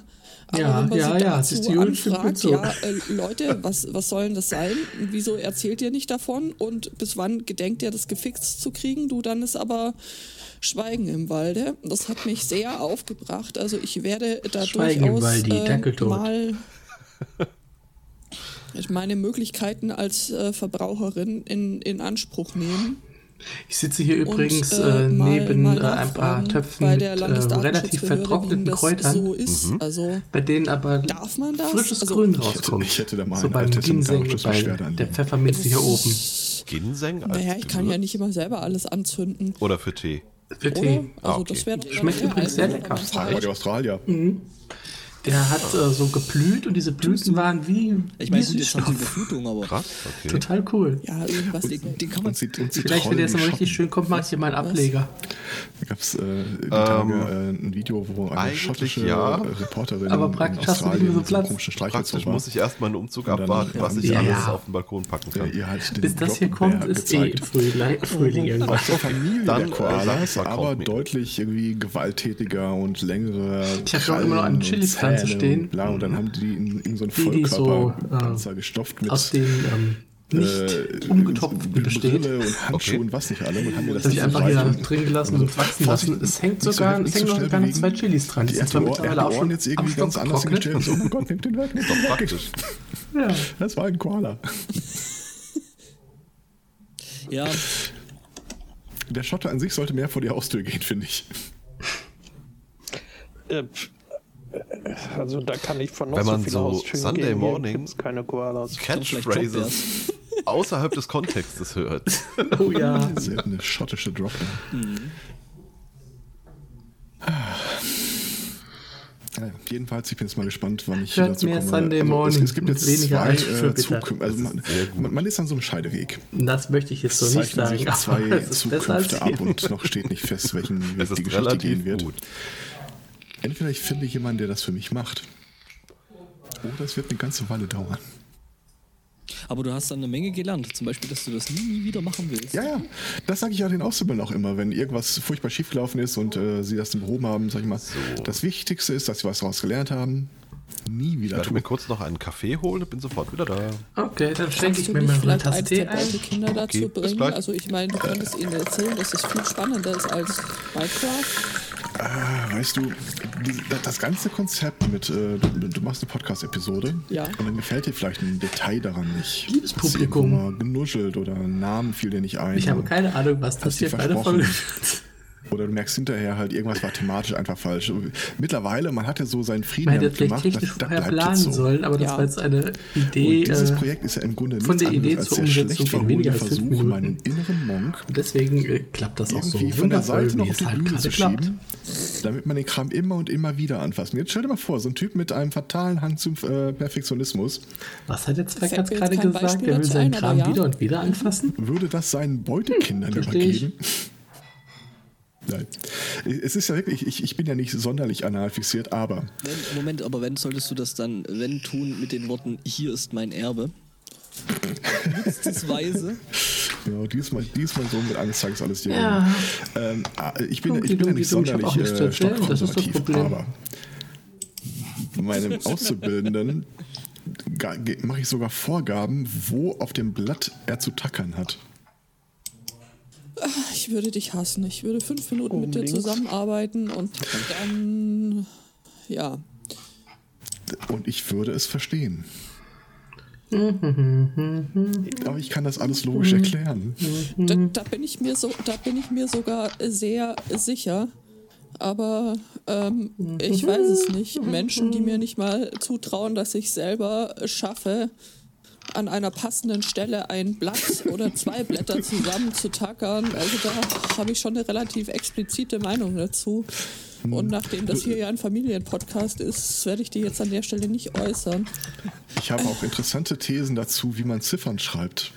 Speaker 5: Aber
Speaker 2: Ja,
Speaker 5: wenn man
Speaker 2: ja,
Speaker 5: sie
Speaker 2: ja,
Speaker 5: dazu
Speaker 2: siehst du, Jürgen stimmt
Speaker 5: anfragt,
Speaker 2: mir zu.
Speaker 5: ja, äh, Leute, was, was soll denn das sein? Wieso erzählt ihr nicht davon? Und bis wann gedenkt ihr, das gefixt zu kriegen? Du, dann ist aber Schweigen im Walde. Das hat mich sehr aufgebracht. Also ich werde da
Speaker 2: Schweigen im
Speaker 5: durchaus
Speaker 2: Waldi,
Speaker 5: äh,
Speaker 2: Dackeltod.
Speaker 5: mal meine Möglichkeiten als äh, Verbraucherin in, in Anspruch nehmen.
Speaker 2: Ich sitze hier übrigens
Speaker 5: Und, äh,
Speaker 2: äh,
Speaker 5: mal-
Speaker 2: neben
Speaker 5: mal
Speaker 2: äh, ein paar
Speaker 5: nachfragen
Speaker 2: Töpfen
Speaker 5: bei
Speaker 2: mit äh,
Speaker 5: der
Speaker 2: relativ
Speaker 5: Landesdatenschutzbehörde, wie
Speaker 2: vertrockneten
Speaker 5: das
Speaker 2: Kräutern,
Speaker 5: So ist.
Speaker 1: Mhm. Äh,
Speaker 5: Also,
Speaker 2: bei denen aber
Speaker 5: Darf man das?
Speaker 2: frisches
Speaker 5: Also-
Speaker 2: Grün
Speaker 3: hätte-
Speaker 2: rauskommt.
Speaker 3: ich hätte da mal
Speaker 2: so
Speaker 3: ein
Speaker 2: beim
Speaker 3: altes
Speaker 2: Ginseng und
Speaker 3: litauisches
Speaker 2: bei
Speaker 3: Beschwerde
Speaker 2: der
Speaker 3: anlegen.
Speaker 2: Pfefferminze hier oben.
Speaker 1: Ginseng als
Speaker 5: naja, ich kann ja nicht immer selber alles anzünden.
Speaker 1: Oder für Tee.
Speaker 2: Für
Speaker 5: Oder?
Speaker 2: Tee.
Speaker 5: Also
Speaker 1: okay.
Speaker 5: das wäre doch
Speaker 2: Schmeckt
Speaker 5: eher
Speaker 2: übrigens sehr
Speaker 5: einfach,
Speaker 2: lecker.
Speaker 5: wenn man
Speaker 3: Aber die Australier.
Speaker 2: Mhm. Der hat äh, so geblüht und diese Blüten waren wie,
Speaker 4: Ich meine,
Speaker 2: wie
Speaker 4: gut, jetzt haben sie
Speaker 2: Süßstoff.
Speaker 4: Überflutung, aber
Speaker 1: Krass, okay.
Speaker 2: Total cool.
Speaker 5: Ja, irgendwas.
Speaker 4: den, den kann man
Speaker 3: Und sie, und sie
Speaker 2: Vielleicht, wenn
Speaker 3: trollen
Speaker 2: der jetzt
Speaker 3: die
Speaker 2: mal richtig
Speaker 3: Schotten.
Speaker 2: schön kommt, mache ich hier mal einen Ableger.
Speaker 3: Da gab es äh, die Tage äh, ein Video, wo eine
Speaker 1: Ähm, eigentlich
Speaker 3: schottische
Speaker 1: ja.
Speaker 3: äh, Reporterin
Speaker 2: Aber
Speaker 3: in
Speaker 2: praktisch hast du nicht
Speaker 3: Australien
Speaker 2: mehr so
Speaker 3: mit
Speaker 2: Platz.
Speaker 3: komischen
Speaker 1: Praktisch
Speaker 3: Streichhölzern
Speaker 1: muss ich erstmal einen Umzug
Speaker 3: Und dann,
Speaker 1: abwarten, was ich
Speaker 3: ja.
Speaker 1: alles
Speaker 2: Ja.
Speaker 1: auf den Balkon packen
Speaker 3: der
Speaker 1: kann.
Speaker 3: ihr halt den
Speaker 2: Bis das hier
Speaker 3: Glockenbär
Speaker 2: kommt, ist eh
Speaker 3: gezeigt.
Speaker 2: im Frühling,
Speaker 5: Oh.
Speaker 2: Frühling irgendwann.
Speaker 3: Aus der Familie
Speaker 1: Dann,
Speaker 3: der
Speaker 1: äh,
Speaker 3: Koalas,
Speaker 1: Sachsen
Speaker 3: aber
Speaker 1: kaufen wir.
Speaker 3: deutlich irgendwie gewalttätiger und längere.
Speaker 2: Ich hab ja auch immer noch eine
Speaker 3: Krallen und
Speaker 2: Chili-Pflanze
Speaker 3: Zähne
Speaker 2: stehen.
Speaker 3: Und, bla, und
Speaker 1: Mhm.
Speaker 3: dann haben die in, in so einen
Speaker 2: Die, die so,
Speaker 3: Vollkörperpanzer
Speaker 2: äh,
Speaker 3: gestopft mit
Speaker 2: Aus den ähm, nicht
Speaker 3: äh,
Speaker 2: umgetopften besteht.
Speaker 3: Brille und Handschuhe
Speaker 1: Okay.
Speaker 3: und was nicht alle. Und haben mir das
Speaker 2: Das habe ich
Speaker 3: dann so
Speaker 2: einfach hier
Speaker 3: rein-
Speaker 2: drin gelassen und wachsen lassen. Es hängt
Speaker 3: nicht so
Speaker 2: sogar,
Speaker 3: heftig,
Speaker 2: es hängen
Speaker 3: nicht so
Speaker 2: noch
Speaker 3: schnell
Speaker 2: keine
Speaker 3: bewegen.
Speaker 2: zwei Chilis dran. Die
Speaker 3: Er
Speaker 2: sind
Speaker 3: hat
Speaker 2: zwar
Speaker 3: die Ohr- er hat die
Speaker 2: mittlerweile auch
Speaker 3: Ohren
Speaker 2: schon
Speaker 3: jetzt
Speaker 2: am
Speaker 3: irgendwie
Speaker 2: Stock
Speaker 3: ganz anders
Speaker 2: getrocknet.
Speaker 3: gestellt. So, oh Gott, nimmt den weg, nimmt den weg.
Speaker 1: Praktisch.
Speaker 2: Ja.
Speaker 3: Das war ein Koala.
Speaker 4: ja,
Speaker 3: Der Schotte an sich sollte mehr vor die Haustür gehen, finde ich.
Speaker 2: eh-
Speaker 6: Äh, pf, äh, also da kann ich von noch
Speaker 1: Wenn
Speaker 6: so
Speaker 1: man
Speaker 6: viele
Speaker 1: so
Speaker 6: Haustüren
Speaker 1: Sunday
Speaker 6: gehen, hier
Speaker 1: morning-
Speaker 6: gibt's keine Koalas.
Speaker 1: Catchphrases außerhalb des Kontextes hört.
Speaker 2: Oh ja.
Speaker 3: Seltene schottische Drop. Mhm. Ja, Ah. Äh, jedenfalls, ich bin jetzt mal gespannt, wann ich
Speaker 2: Hört
Speaker 3: dazu
Speaker 2: mehr
Speaker 3: komme.
Speaker 2: Sunday
Speaker 3: also,
Speaker 2: Morning
Speaker 3: es, es gibt jetzt
Speaker 2: und weniger
Speaker 3: zwei
Speaker 2: Eich für
Speaker 3: äh,
Speaker 2: bitter.
Speaker 3: Zukünfte. Also man, man, man ist an so einem Scheideweg.
Speaker 2: Das möchte ich jetzt
Speaker 3: Es
Speaker 2: so nicht
Speaker 3: zeichnen
Speaker 2: sagen.
Speaker 3: sich
Speaker 2: aber
Speaker 3: zwei
Speaker 2: es ist besser als
Speaker 3: Zukünfte ab
Speaker 2: eben.
Speaker 3: und noch steht nicht fest, welchen Weg
Speaker 1: Es
Speaker 3: die
Speaker 1: ist
Speaker 3: Geschichte
Speaker 1: relativ
Speaker 3: gehen wird.
Speaker 1: gut.
Speaker 3: Entweder ich finde jemanden, der das für mich macht. Oder es wird eine ganze Weile dauern.
Speaker 4: Aber du hast dann eine Menge gelernt. Zum Beispiel, dass du das nie, nie wieder machen willst.
Speaker 3: Ja, ja. Das sage ich ja den Auszubildenden auch immer, wenn irgendwas furchtbar schiefgelaufen ist und äh, sie das behoben haben, sag ich mal. Das Wichtigste ist, dass sie was daraus gelernt haben. Nie wieder
Speaker 1: Ich mir
Speaker 3: tun.
Speaker 1: kurz noch einen Kaffee holen und bin sofort wieder da.
Speaker 2: Okay, dann schenke
Speaker 5: Kannst
Speaker 2: ich
Speaker 5: du
Speaker 2: mir
Speaker 5: mich
Speaker 2: mal eine
Speaker 5: vielleicht
Speaker 2: Tasse
Speaker 5: eins
Speaker 2: Tee
Speaker 5: der
Speaker 2: ein.
Speaker 5: beiden Kinder dazu
Speaker 1: bis
Speaker 5: bringen?
Speaker 1: gleich.
Speaker 5: Also ich meine, du könntest ihnen erzählen, dass das viel spannender ist als Minecraft.
Speaker 3: Ah, weißt du, die- das ganze Konzept mit, äh, du, du machst eine Podcast-Episode
Speaker 5: Ja.
Speaker 3: und dann gefällt dir vielleicht ein Detail daran nicht.
Speaker 2: Liebes
Speaker 3: Hast du
Speaker 2: Publikum.
Speaker 3: irgendwo Mal genuschelt oder ein Namen fiel dir nicht ein.
Speaker 2: Ich habe keine Ahnung, was das
Speaker 3: Hast
Speaker 2: hier
Speaker 3: dir
Speaker 2: für eine
Speaker 3: versprochen.
Speaker 2: Folge wird.
Speaker 3: Oder du merkst hinterher halt, irgendwas war thematisch einfach falsch. Mittlerweile, man hat ja so seinen
Speaker 2: Ich
Speaker 3: Frieden
Speaker 2: meine,
Speaker 3: damit
Speaker 2: vielleicht
Speaker 3: gemacht,
Speaker 2: technisch
Speaker 3: das, das
Speaker 2: vorher
Speaker 3: bleibt
Speaker 2: planen
Speaker 3: jetzt so.
Speaker 2: sollen, aber das
Speaker 5: Ja.
Speaker 2: war jetzt eine Idee.
Speaker 3: Und dieses
Speaker 2: äh,
Speaker 3: Projekt ist ja im Grunde
Speaker 2: von
Speaker 3: nichts
Speaker 2: der Idee
Speaker 3: anderes
Speaker 2: zur
Speaker 3: als der
Speaker 2: Umsetzung
Speaker 3: schlecht
Speaker 2: in weniger
Speaker 3: verholte
Speaker 2: als fünf
Speaker 3: Versuch,
Speaker 2: Minuten.
Speaker 3: meinen inneren Monk
Speaker 2: Deswegen äh, klappt das auch so.
Speaker 3: irgendwie von der
Speaker 2: wundervoll,
Speaker 3: Seite noch
Speaker 2: wie
Speaker 3: auf
Speaker 2: es
Speaker 3: die
Speaker 2: halt
Speaker 3: Bühne
Speaker 2: gerade
Speaker 3: zu
Speaker 2: klappt.
Speaker 3: schieben, damit man den Kram immer und immer wieder anfasst. Und jetzt stell dir mal vor, so ein Typ mit einem fatalen Hang zum äh, Perfektionismus
Speaker 2: Was hat jetzt
Speaker 5: Fällt
Speaker 2: Frank
Speaker 5: mir jetzt
Speaker 2: gerade
Speaker 5: kein
Speaker 2: gesagt?
Speaker 5: Beispiel
Speaker 2: der will
Speaker 5: dazu
Speaker 2: seinen
Speaker 5: ein,
Speaker 2: Kram
Speaker 5: aber ja.
Speaker 2: wieder und wieder anfassen?
Speaker 3: würde das seinen Beutekindern
Speaker 2: verstehe Hm, ich.
Speaker 3: übergeben. Nein. Es ist ja wirklich, ich, ich bin ja nicht sonderlich anal fixiert, aber
Speaker 4: Wenn, Moment, aber wenn solltest du das dann, wenn tun mit den Worten, hier ist mein Erbe? Nutzungsweise.
Speaker 3: ja, Genau, diesmal, diesmal so mit eines Tages alles dir.
Speaker 2: Ja.
Speaker 3: Ähm, ah, ich bin, ich bin ja
Speaker 2: Dunkidunki,
Speaker 3: nicht
Speaker 2: du, ich hab auch
Speaker 3: sonderlich
Speaker 2: nichts zu
Speaker 3: äh,
Speaker 2: erzählen, das ist das
Speaker 3: stockkonservativ,
Speaker 2: Problem.
Speaker 3: aber meinem Auszubildenden ga- ge- mache ich sogar Vorgaben, wo auf dem Blatt er zu tackern hat.
Speaker 5: Ich würde dich hassen. Ich würde fünf Minuten mit dir
Speaker 6: Unbedingt.
Speaker 5: zusammenarbeiten und dann, ja,
Speaker 3: Und ich würde es verstehen. Aber ich kann das alles logisch
Speaker 2: Mhm.
Speaker 3: erklären.
Speaker 5: da, da bin ich mir so, da bin ich mir sogar sehr sicher. Aber ähm, ich weiß es nicht. Menschen, die mir nicht mal zutrauen, dass ich selber schaffe, an einer passenden Stelle ein Blatt oder zwei Blätter zusammen zu tackern. Also da habe ich schon eine relativ explizite Meinung dazu. Und nachdem das hier ja ein Familienpodcast ist, werde ich die jetzt an der Stelle nicht äußern.
Speaker 3: Ich habe auch interessante Thesen dazu, wie man Ziffern schreibt.